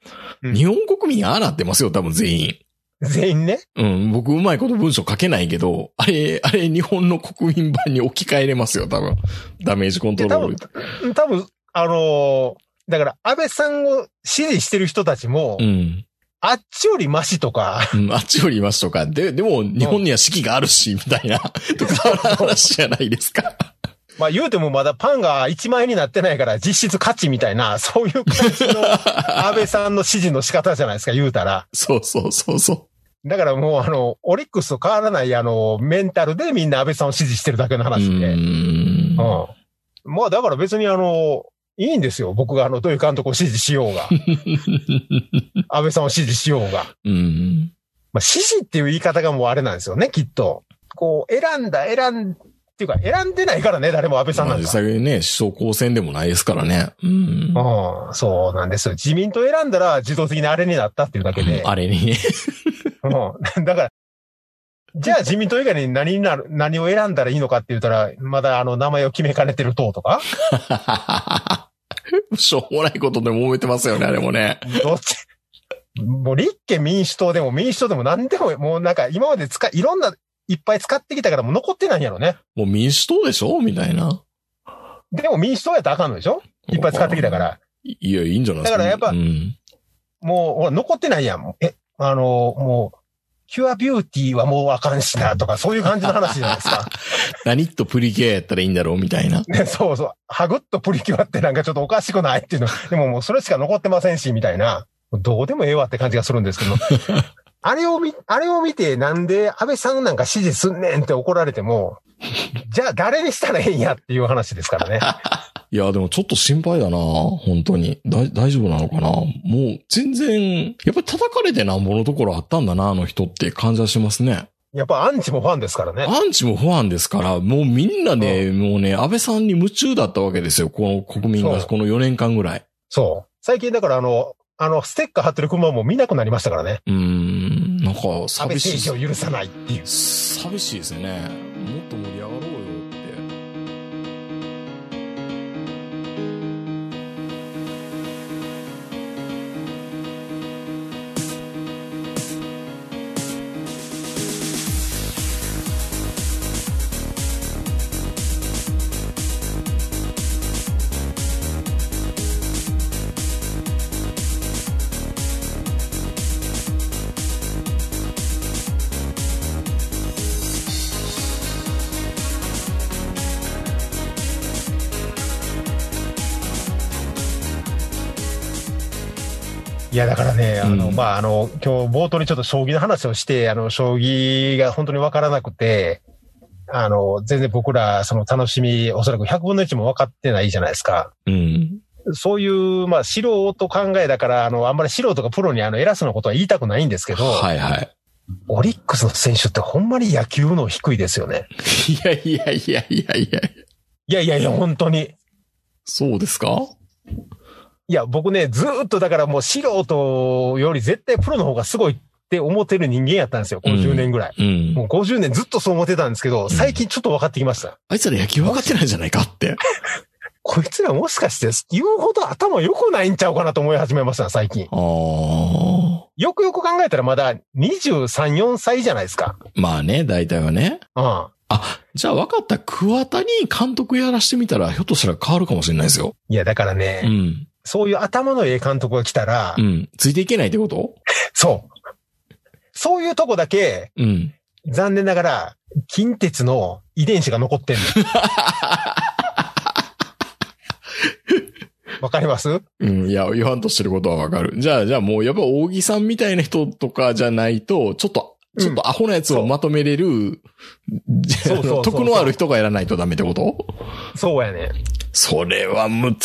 [SPEAKER 4] うん
[SPEAKER 3] 日本国民ああなってますよ、多分全員。
[SPEAKER 4] う。全員ね。
[SPEAKER 3] うん、僕うまいこと文章書けないけど、あれ、あれ日本の国民版に置き換えれますよ、多分。ダメージコントロール。
[SPEAKER 4] 多分、あのーだから安倍さんを支持してる人たちも、
[SPEAKER 3] うん。
[SPEAKER 4] あっちよりマシとか、
[SPEAKER 3] うん、あっちよりいますとか。で、でも日本には四季があるし、みたいな、とか、話じゃないですか。
[SPEAKER 4] まあ言うてもまだパンが1万円になってないから実質価値みたいな、 そういう感じの安倍さんの支持の仕方じゃないですか、言うたら。
[SPEAKER 3] そうそうそうそ
[SPEAKER 4] だからもうあの、オリックスと変わらないあの、メンタルでみんな安倍さんを支持してるだけ
[SPEAKER 3] う。う
[SPEAKER 4] の話で。うん。
[SPEAKER 3] ん。
[SPEAKER 4] まあだから別にあの、いいんですよ。僕があの、どういう監督を支持しようが、安倍さんを支持しようが。
[SPEAKER 3] うん。
[SPEAKER 4] まあ、支持っていう言い方がもうあれなんですよね、きっと。こう、選んだ、選ん、っていうか、選んでないからね、誰も安倍さん
[SPEAKER 3] ま
[SPEAKER 4] な
[SPEAKER 3] あ
[SPEAKER 4] ん
[SPEAKER 3] 実
[SPEAKER 4] か。
[SPEAKER 3] 際にね、首相公選でもないですからね。うん。
[SPEAKER 4] うん、そうなんですよ。自民党選んだら自動的にあれになったっていうだけで。
[SPEAKER 3] あれにね。
[SPEAKER 4] うん、 だから、じゃあ自民党以外に何になる、何を選んだらいいのかって言ったら、まだあの名前を決めかねてる党とか、
[SPEAKER 3] しょうもないことで揉めてますよね、あれもね。
[SPEAKER 4] どっちもう立憲民主党でも民主党でも何でも、もうなんか今まで使い、いろんな、いっぱい使ってきたからもう残ってないんやろね。
[SPEAKER 3] もう民主党でしょみたいな。
[SPEAKER 4] でも民主党やったらあかんのでしょいっぱい使ってきたから。
[SPEAKER 3] いいや、いいんじゃないですか。
[SPEAKER 4] だからやっぱ
[SPEAKER 3] うん。
[SPEAKER 4] もう、ほら、残ってないやん。え、あの、もう、キュアビューティーはもうあかんしな、とか、そういう感じの話じゃないですか。
[SPEAKER 3] 何とプリケやったらいいんだろうみたいな。
[SPEAKER 4] ね、 そうそう。ハグッとプリキュアってなんかちょっとおかしくないっていうの。でももうそれしか残ってませんし、みたいな。どうでもええわって感じがするんですけ ど。あれを見、あれを見てなんで安倍さんなんか支持すんねんって怒られても、じゃあ誰にしたらええんやっていう話ですからね。
[SPEAKER 3] いや、でもちょっと心配だな本当に。だい大丈夫なのかなもう全然、やっぱり叩かれてなんぼのところあったんだなあの人って感じはしますね。
[SPEAKER 4] やっぱアンチもファンですからね。
[SPEAKER 3] アンチも不安ですから、もうみんなね、もうね、安倍さんに夢中だったわけですよ。この国民が
[SPEAKER 4] そう
[SPEAKER 3] この4年間ぐらい。
[SPEAKER 4] そう。最近だからあの、あの、ステッカー貼ってる熊も見なくなりましたからね。
[SPEAKER 3] うーん、なんか
[SPEAKER 4] 安
[SPEAKER 3] 寂
[SPEAKER 4] 倍
[SPEAKER 3] しい。
[SPEAKER 4] 政治を許さないっていう。
[SPEAKER 3] 寂しいですね。もっと盛り上がろうよって。
[SPEAKER 4] いや、だからね、あの、
[SPEAKER 3] うん
[SPEAKER 4] まあ、あの、今日冒頭にちょっと将棋の話をして、あの、将棋が本当にわからなくて、あの、全然僕ら、その楽しみ、おそらく100分の1も分かってないじゃないですか。
[SPEAKER 3] うん。
[SPEAKER 4] そういう、まあ、素人考えだから、あの、あんまり素人がプロにあの、偉そうなことは言いたくないんですけど、
[SPEAKER 3] はいはい。
[SPEAKER 4] オリックスの選手ってほんまに野球の低いですよね。
[SPEAKER 3] いやいやいやいやいや
[SPEAKER 4] いやいやいや、本当に。
[SPEAKER 3] そうですか
[SPEAKER 4] いや、僕ね、ずーっとだからもう素人より絶対プロの方がすごいって思ってる人間やったんですよ、この10年ぐらい。
[SPEAKER 3] うん。
[SPEAKER 4] もう50年ずっとそう思ってたんですけど、最近ちょっと分かってきました。
[SPEAKER 3] あいつら野球分かってないじゃないかって。
[SPEAKER 4] こいつらもしかして言うほど頭良くないんちゃうかなと思い始めました、最近。
[SPEAKER 3] ああ。
[SPEAKER 4] よくよく考えたらまだ23、4歳じゃないですか。
[SPEAKER 3] まあね、大体はね。
[SPEAKER 4] うん。
[SPEAKER 3] じゃあ分かった。桑田に監督やらしてみたら、ひょっとしたら変わるかもしれないですよ。
[SPEAKER 4] いや、だからね、
[SPEAKER 3] うん。
[SPEAKER 4] そういう頭のええ監督が来たら、
[SPEAKER 3] うん。ついていけないってこと
[SPEAKER 4] そう。そういうとこだけ、
[SPEAKER 3] うん。
[SPEAKER 4] 残念ながら、近鉄の遺伝子が残 ってんの。わかります
[SPEAKER 3] うん。いや、言わんとしてることは分かる。じゃあ、じゃあもう、やっぱ、大木さんみたいな人とかじゃないと、ちょっと、
[SPEAKER 4] うん
[SPEAKER 3] ちょっとアホなやつをまとめれる、
[SPEAKER 4] そうそうそうそう
[SPEAKER 3] 徳のある人がやらないとダメってこと
[SPEAKER 4] そうやね。
[SPEAKER 3] それは難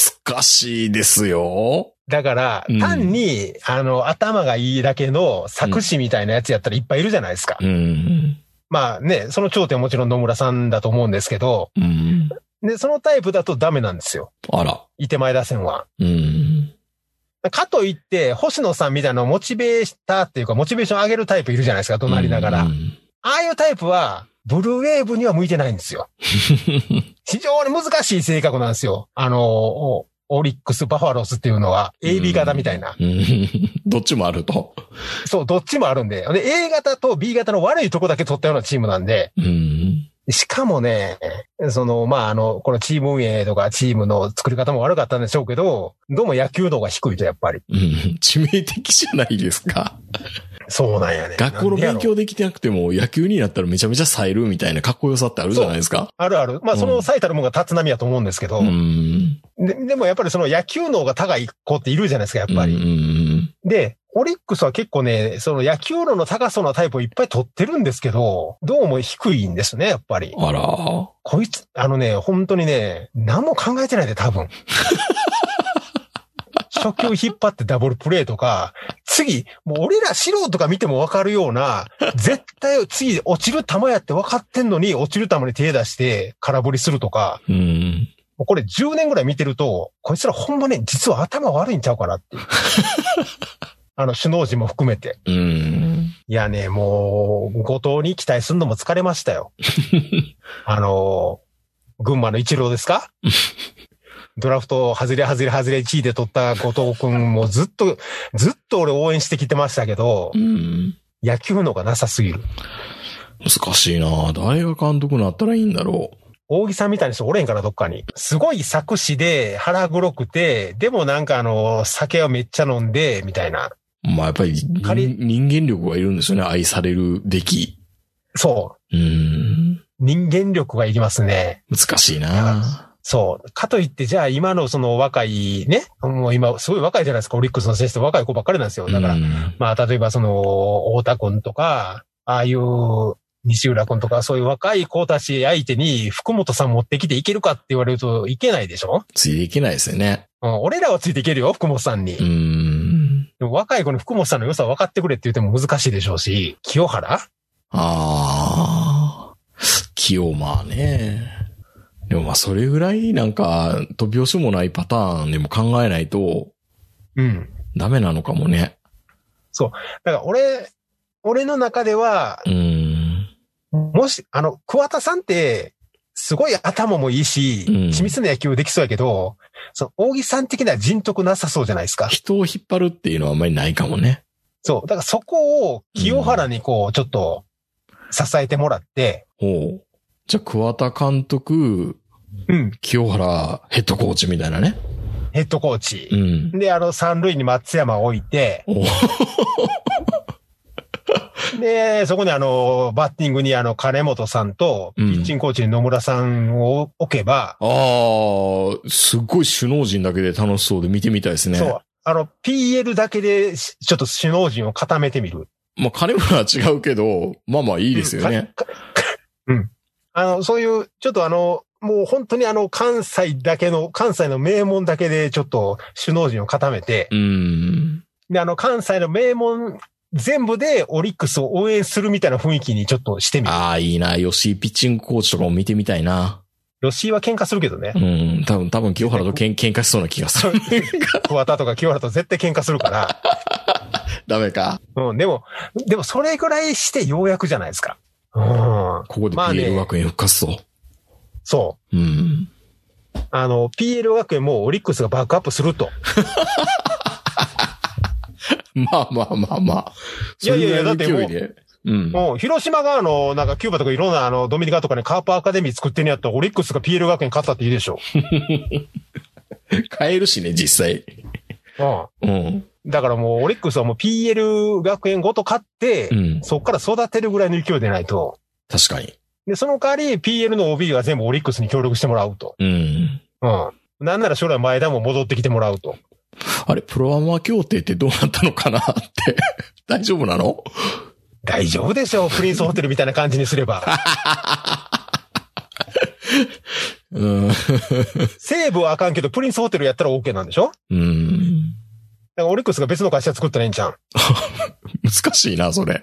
[SPEAKER 3] しいですよ。
[SPEAKER 4] だから
[SPEAKER 3] うん、
[SPEAKER 4] 単に、あの、頭がいいだけの作詞みたいなやつやったらいっぱいいるじゃないですか。
[SPEAKER 3] うん。
[SPEAKER 4] まあね、その頂点はもちろん野村さんだと思うんですけど、
[SPEAKER 3] うん。
[SPEAKER 4] で、そのタイプだとダメなんですよ。
[SPEAKER 3] あら。
[SPEAKER 4] いて前打線は。
[SPEAKER 3] うん。
[SPEAKER 4] かといって、星野さんみたいなモチベーターっていうか、モチベーション上げるタイプいるじゃないですか、怒鳴りながら。
[SPEAKER 3] う
[SPEAKER 4] あ
[SPEAKER 3] ん
[SPEAKER 4] あいうタイプは、ブルーウェーブには向いてないんで すよ。非常に難しい性格なんですよ。あの、オオリックス、バファローズっていうのは、AB 型みたいな。
[SPEAKER 3] うんどっちもあると。
[SPEAKER 4] そう、どっちもあるんで。で、A 型と B 型の悪いとこだけ取ったようなチームなんで、
[SPEAKER 3] うん。
[SPEAKER 4] しかもね、その、まあ、あの、このチーム運営とかチームの作り方も悪かったんでしょうけど、どうも野球度が低いとやっぱり。
[SPEAKER 3] うん致命的じゃないですか。
[SPEAKER 4] そうなんやね。
[SPEAKER 3] 学校の
[SPEAKER 4] なん
[SPEAKER 3] 勉
[SPEAKER 4] でやろ
[SPEAKER 3] 強できてなくても野球になったらめちゃめちゃ冴えるみたいなかっこよさってあるじゃないですか。
[SPEAKER 4] あるある。まあ、
[SPEAKER 3] うん
[SPEAKER 4] その最たるものが立浪やと思うんですけど、
[SPEAKER 3] うん。
[SPEAKER 4] ででもやっぱりその野球能が高い子っているじゃないですか、やっぱり。
[SPEAKER 3] り。
[SPEAKER 4] で、オリックスは結構ね、その野球能の高そうなタイプをいっぱい取ってるんですけど、どうも低いんですね、やっぱり。
[SPEAKER 3] あら。
[SPEAKER 4] こいつ、あのね、本当にね、何も考えてないで、多分。初球引っ張ってダブルプレーとか、次、もう俺ら素人が見てもわかるような、絶対次落ちる球やって分かってんのに、落ちる球に手出して空振りするとか、
[SPEAKER 3] うん。
[SPEAKER 4] もうこれ10年ぐらい見てると、こいつらほんまね、実は頭悪いんちゃうかなっていう。あの、首脳陣も含めて。
[SPEAKER 3] うん。
[SPEAKER 4] いやね、もう、後藤に期待するのも疲れましたよ。あの、群馬の一郎ですかドラフト、外れ外れ外れ1位で取った後藤くんもずっと、ずっと俺応援してきてましたけど
[SPEAKER 3] う、ん。
[SPEAKER 4] 野球のがなさすぎる。
[SPEAKER 3] 難しいな誰が監督になったらいいんだろ
[SPEAKER 4] 大木さんみたいな人おれんかな、どっかに。すごい作詞で腹黒くて、でもなんかあの、酒をめっちゃ飲んで、みたいな。
[SPEAKER 3] う。まあ、やっぱり
[SPEAKER 4] 仮
[SPEAKER 3] 人人間力がいるんですよね。愛されるべき。
[SPEAKER 4] そう
[SPEAKER 3] ーん。
[SPEAKER 4] う。人間力がいりますね。
[SPEAKER 3] 難しいな
[SPEAKER 4] そう。かといって、じゃあ今のその若いね、もう今すごい若いじゃないですか、オリックスの選手って若い子ばっかりなんですよ。だから、
[SPEAKER 3] うん
[SPEAKER 4] まあ例えばその、大田くんとか、ああいう西浦くんとか、そういう若い子たち相手に福本さん持ってきていけるかって言われるといけないでしょ
[SPEAKER 3] ついていけないですよね。
[SPEAKER 4] うん、俺らはついていけるよ、福本さんに。
[SPEAKER 3] うーん。
[SPEAKER 4] でも若い子に福本さんの良さ分かってくれって言っても難しいでしょうし、清原
[SPEAKER 3] ああ。器用まあね。でもまあそれぐらいなんか、飛び拍子もないパターンでも考えないと
[SPEAKER 4] うん。
[SPEAKER 3] ダメなのかもね。
[SPEAKER 4] だから俺、俺の中では、
[SPEAKER 3] うーん。
[SPEAKER 4] もし、あの、桑田さんって、すごい頭もいいし、
[SPEAKER 3] うん
[SPEAKER 4] 緻密な野球できそうやけど、その、大木さん的な人徳なさそうじゃないですか。
[SPEAKER 3] 人を引っ張るっていうのはあんまりないかもね。
[SPEAKER 4] そう。だからそこを清原にこう、ちょっと、支えてもらって、
[SPEAKER 3] ほう。じゃあ、桑田監督、
[SPEAKER 4] うん、
[SPEAKER 3] 清原ヘッドコーチみたいなね。
[SPEAKER 4] ヘッドコー
[SPEAKER 3] う
[SPEAKER 4] チ。
[SPEAKER 3] ん。
[SPEAKER 4] で、あの、三塁に松山を置いて、
[SPEAKER 3] お
[SPEAKER 4] で、そこにあの、バッティングにあの、金本さんと、ピ
[SPEAKER 3] うん
[SPEAKER 4] ッチングコーチに野村さんを置けば、
[SPEAKER 3] ああ、すっごい首脳陣だけで楽しそうで見てみたいですね。
[SPEAKER 4] そう、あの、PL だけでし、ちょっと首脳陣を固めてみる。
[SPEAKER 3] まあ、金村は違うけど、まあまあいいですよね。
[SPEAKER 4] か。かうん。あの、そういう、ちょっとあの、もう本当にあの、関西だけの、関西の名門だけで、ちょっと首脳陣を固めて、
[SPEAKER 3] うん。
[SPEAKER 4] で、あの、関西の名門全部でオリックスを応援するみたいな雰囲気にちょっとしてみる。
[SPEAKER 3] ああ、いいな。吉井ピッチングコーチとかも見てみたいな。
[SPEAKER 4] 吉井は喧嘩するけどね
[SPEAKER 3] う。ん。多分、多分清原とけん喧嘩 しそうな気がする。
[SPEAKER 4] 桑田とか清原と絶対喧嘩するから。
[SPEAKER 3] ダメか。
[SPEAKER 4] うん、でも、でもそれぐらいしてようやくじゃないですか。うん。
[SPEAKER 3] ここで
[SPEAKER 4] まあね
[SPEAKER 3] PL 学園復活と。
[SPEAKER 4] そ
[SPEAKER 3] うん。
[SPEAKER 4] う。あの、PL 学園もオリックスがバックアップすると。
[SPEAKER 3] まあまあまあまあ。
[SPEAKER 4] いやいやいや
[SPEAKER 3] それぐらの勢でうん。
[SPEAKER 4] うん。広島があの、なんかキューバとかいろんなあの、ドミニカとかにカープアカデミー作ってんのやったらオリックスが PL 学園勝ったっていいでしょ。
[SPEAKER 3] 変えるしね、実際。
[SPEAKER 4] うん。
[SPEAKER 3] うん。
[SPEAKER 4] だからもうオリックスはもう PL 学園ごと勝って、
[SPEAKER 3] うん。
[SPEAKER 4] そっから育てるぐらいの勢いでないと。
[SPEAKER 3] 確かに。
[SPEAKER 4] で、その代わり PL の OB は全部オリックスに協力してもらうと。
[SPEAKER 3] うん。
[SPEAKER 4] うん。なんなら将来前田も戻ってきてもらうと。
[SPEAKER 3] あれ、プロアマ協定ってどうなったのかなって。 大丈夫なの
[SPEAKER 4] 大丈夫でしょプリンスホテルみたいな感じにすれば。
[SPEAKER 3] うん。
[SPEAKER 4] 西武はあかんけど、プリンスホテルやったら OK なんでしょ
[SPEAKER 3] うん。
[SPEAKER 4] だからオリックスが別の会社作ったらええんちゃ
[SPEAKER 3] 難しいな、それ。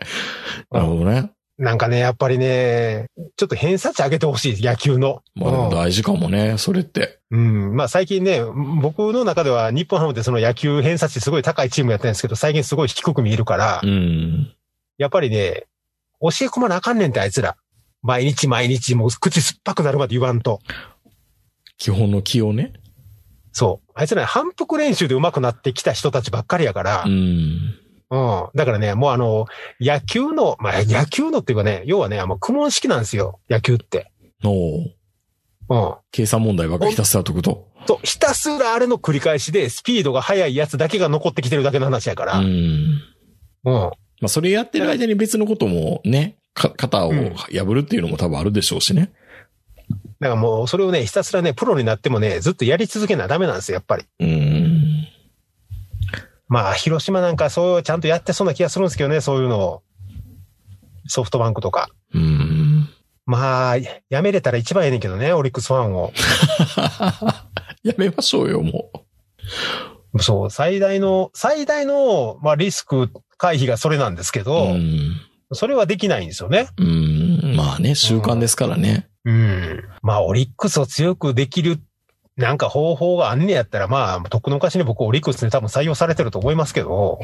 [SPEAKER 3] なるほどね。
[SPEAKER 4] うなんかね、やっぱりね、ちょっと偏差値上げてほしい、野球の。
[SPEAKER 3] まあでも
[SPEAKER 4] うん
[SPEAKER 3] 大事かもね、それって。
[SPEAKER 4] うん。まあ最近ね、僕の中では日本ハムでその野球偏差値すごい高いチームやってるんですけど、最近すごい低く見えるから、
[SPEAKER 3] うん。
[SPEAKER 4] やっぱりね、教え込まなあかんねんって、あいつら。毎日毎日、もう口酸っぱくなるまで言わんと。
[SPEAKER 3] 基本の気をね。
[SPEAKER 4] そう。あいつらね反復練習で上手くなってきた人たちばっかりやから
[SPEAKER 3] う、ん。
[SPEAKER 4] うん。だからね、もうあの、野球の、まあ、野球のっていうかね、要はね、あの、苦問式なんですよ、野球って。
[SPEAKER 3] の
[SPEAKER 4] うん。
[SPEAKER 3] 計算問題ばっかりひたすら解くと。
[SPEAKER 4] と、ひたすらあれの繰り返しで、スピードが速いやつだけが残ってきてるだけの話やか
[SPEAKER 3] う
[SPEAKER 4] ら。うん。
[SPEAKER 3] ん。まあそれやってる間に別のこともね、か肩を
[SPEAKER 4] うん
[SPEAKER 3] 破るっていうのも多分あるでしょうしね。
[SPEAKER 4] だからもう、それをね、ひたすらね、プロになってもね、ずっとやり続けなダメなんですよ、やっぱり。
[SPEAKER 3] うん。
[SPEAKER 4] まあ、広島なんかそういう、ちゃんとやってそうな気がするんですけどね、そういうのを。ソフトバンクとか。
[SPEAKER 3] うん。
[SPEAKER 4] まあ、やめれたら一番ええねんけどね、オリックスファンを。
[SPEAKER 3] やめましょうよ、もう。
[SPEAKER 4] そう、最大の、最大の、まあ、リスク回避がそれなんですけど、
[SPEAKER 3] うん。
[SPEAKER 4] それはできないんですよね。
[SPEAKER 3] うん。まあね、習慣ですからね。
[SPEAKER 4] うん。まあ、オリックスを強くできる、なんか方法があんねやったら、まあ、とっくの昔に僕、オリックスに多分採用されてると思いますけ ど、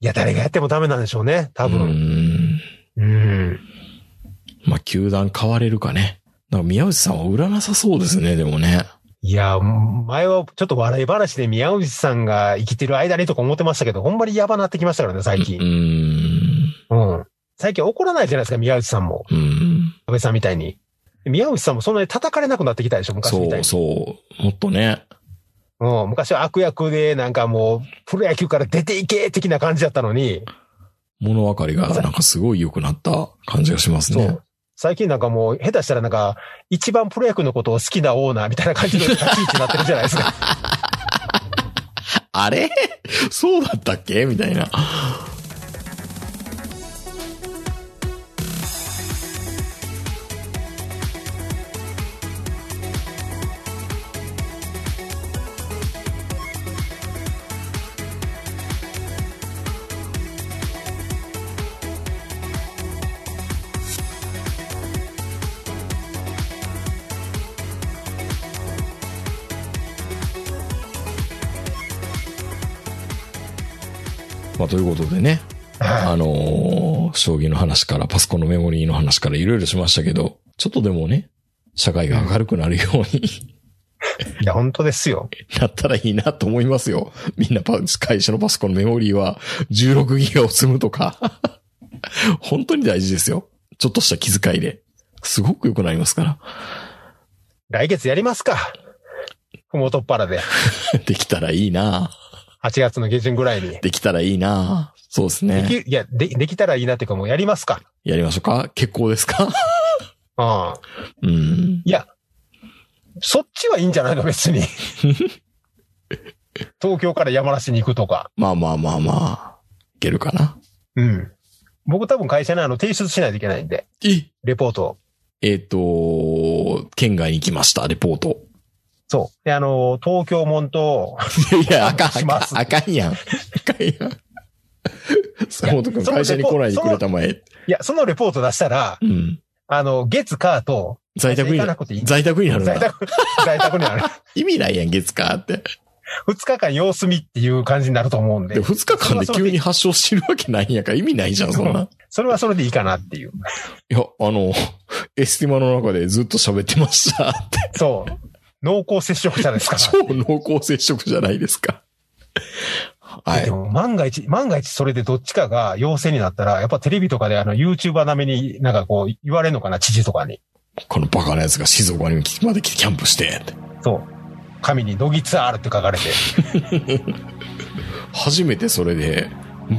[SPEAKER 4] いや、誰がやってもダメなんでしょうね、多
[SPEAKER 3] う
[SPEAKER 4] 分。
[SPEAKER 3] ん。
[SPEAKER 4] うん。
[SPEAKER 3] まあ、球団変われるかね。なんか宮内さんは売らなさそうですね、でもね。
[SPEAKER 4] いや、前はちょっと笑い話で宮内さんが生きてる間にとか思ってましたけど、ほんまにやばなってきましたからね、最
[SPEAKER 3] う
[SPEAKER 4] 近。
[SPEAKER 3] ん。
[SPEAKER 4] うん。最近怒らないじゃないですか、宮内さんも。
[SPEAKER 3] うん。
[SPEAKER 4] 安倍さんみたいに。宮内さんもそんなに叩かれなくなってきたでしょ、昔みた
[SPEAKER 3] そ
[SPEAKER 4] いうに。
[SPEAKER 3] そう。もっとね。
[SPEAKER 4] うん、昔は悪役で、なんかもう、プロ野球から出ていけ的な感じだったのに、
[SPEAKER 3] 物分かりがなんかすごい良くなった感じがしますね。
[SPEAKER 4] 最近なんかもう、下手したらなんか、一番プロ野球のことを好きなオーナーみたいな感じの立ち位置になってるじゃないですか。
[SPEAKER 3] あれ そうだったっけみたいな。まあ、ということでね。あのー将棋の話から、パソコンのメモリーの話からいろいろしましたけど、ちょっとでもね、社会が明るくなるように
[SPEAKER 4] いや、本当ですよ。
[SPEAKER 3] なったらいいなと思いますよ。みんなパ会社のパソコンのメモリーは16ギガを積むとか。 本当に大事ですよ。ちょっとした気遣いで。すごく良くなりますから。
[SPEAKER 4] 来月やりますか。ふもとっぱらで。
[SPEAKER 3] できたらいいな
[SPEAKER 4] 8月の下旬ぐらいに。
[SPEAKER 3] できたらいいなそうです
[SPEAKER 4] でき
[SPEAKER 3] ね。、
[SPEAKER 4] いや、で、できたらいいなっていうかもうやりますか。
[SPEAKER 3] やりましょうか結構ですか
[SPEAKER 4] うん。
[SPEAKER 3] うん。
[SPEAKER 4] そっちはいいんじゃないの別に。東京から山梨に行くとか。
[SPEAKER 3] まあまあまあまあ。いけるかな
[SPEAKER 4] うん。僕多分会社にあの提出しないといけないんで、
[SPEAKER 3] え
[SPEAKER 4] レポートを。
[SPEAKER 3] えっ、と、県外に来ました、レポート。
[SPEAKER 4] そう。で、あの、東京門と、
[SPEAKER 3] いや、あかん、
[SPEAKER 4] し
[SPEAKER 3] あ
[SPEAKER 4] ま
[SPEAKER 3] か
[SPEAKER 4] す
[SPEAKER 3] ん、あかんやん。あかんやん。坂本くん、
[SPEAKER 4] その
[SPEAKER 3] 会社に来ないでくれたまえ。
[SPEAKER 4] いや、そのレポート出したら、
[SPEAKER 3] うん。
[SPEAKER 4] あの、月火と、
[SPEAKER 3] 在宅に
[SPEAKER 4] 行かなくていい、
[SPEAKER 3] 在宅になるん
[SPEAKER 4] 在
[SPEAKER 3] だ。
[SPEAKER 4] 宅、 在宅にある。
[SPEAKER 3] 意味ないやん、月かって。
[SPEAKER 4] 二日間様子見っていう感じになると思うん
[SPEAKER 3] で、
[SPEAKER 4] で、
[SPEAKER 3] 二日間で急に発症してるわけないんやから、意味ないじゃん、そん な。
[SPEAKER 4] それはそれでいいかなっていう。
[SPEAKER 3] いや、あの、エスティマの中でずっと喋ってましたって。
[SPEAKER 4] そう。濃厚接触者ですから。
[SPEAKER 3] 超濃厚接触じゃないですか。 は
[SPEAKER 4] で
[SPEAKER 3] い。
[SPEAKER 4] も万が一、万が一それでどっちかが陽性になったら、やっぱテレビとかであの YouTuber 並みになんかこう言われるのかな、知事とかに。
[SPEAKER 3] このバカなやつが静岡にまで来てキャンプして。
[SPEAKER 4] そう。紙にドギツアールって書かれ て。。
[SPEAKER 3] 初めてそれで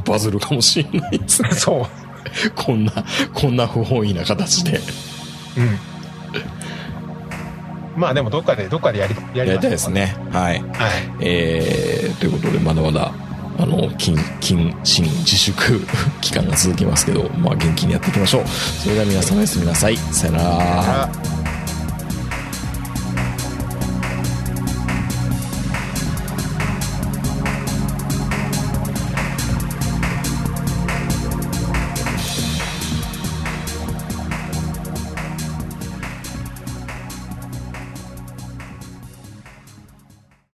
[SPEAKER 3] バズるかもしれないですね
[SPEAKER 4] そう。
[SPEAKER 3] こんな、こんな不本意な形で。
[SPEAKER 4] うん。まあでもどっかで、どっかでやり、
[SPEAKER 3] や
[SPEAKER 4] やり
[SPEAKER 3] りた
[SPEAKER 4] まし
[SPEAKER 3] い
[SPEAKER 4] ょ
[SPEAKER 3] うです。ね。はい。
[SPEAKER 4] はい。
[SPEAKER 3] えー、ということで、まだまだ、あの、禁、禁止自粛 期間が続きますけど、まあ元気にやっていきましょう。それでは皆様おやすみなさい。さよなら。
[SPEAKER 4] あ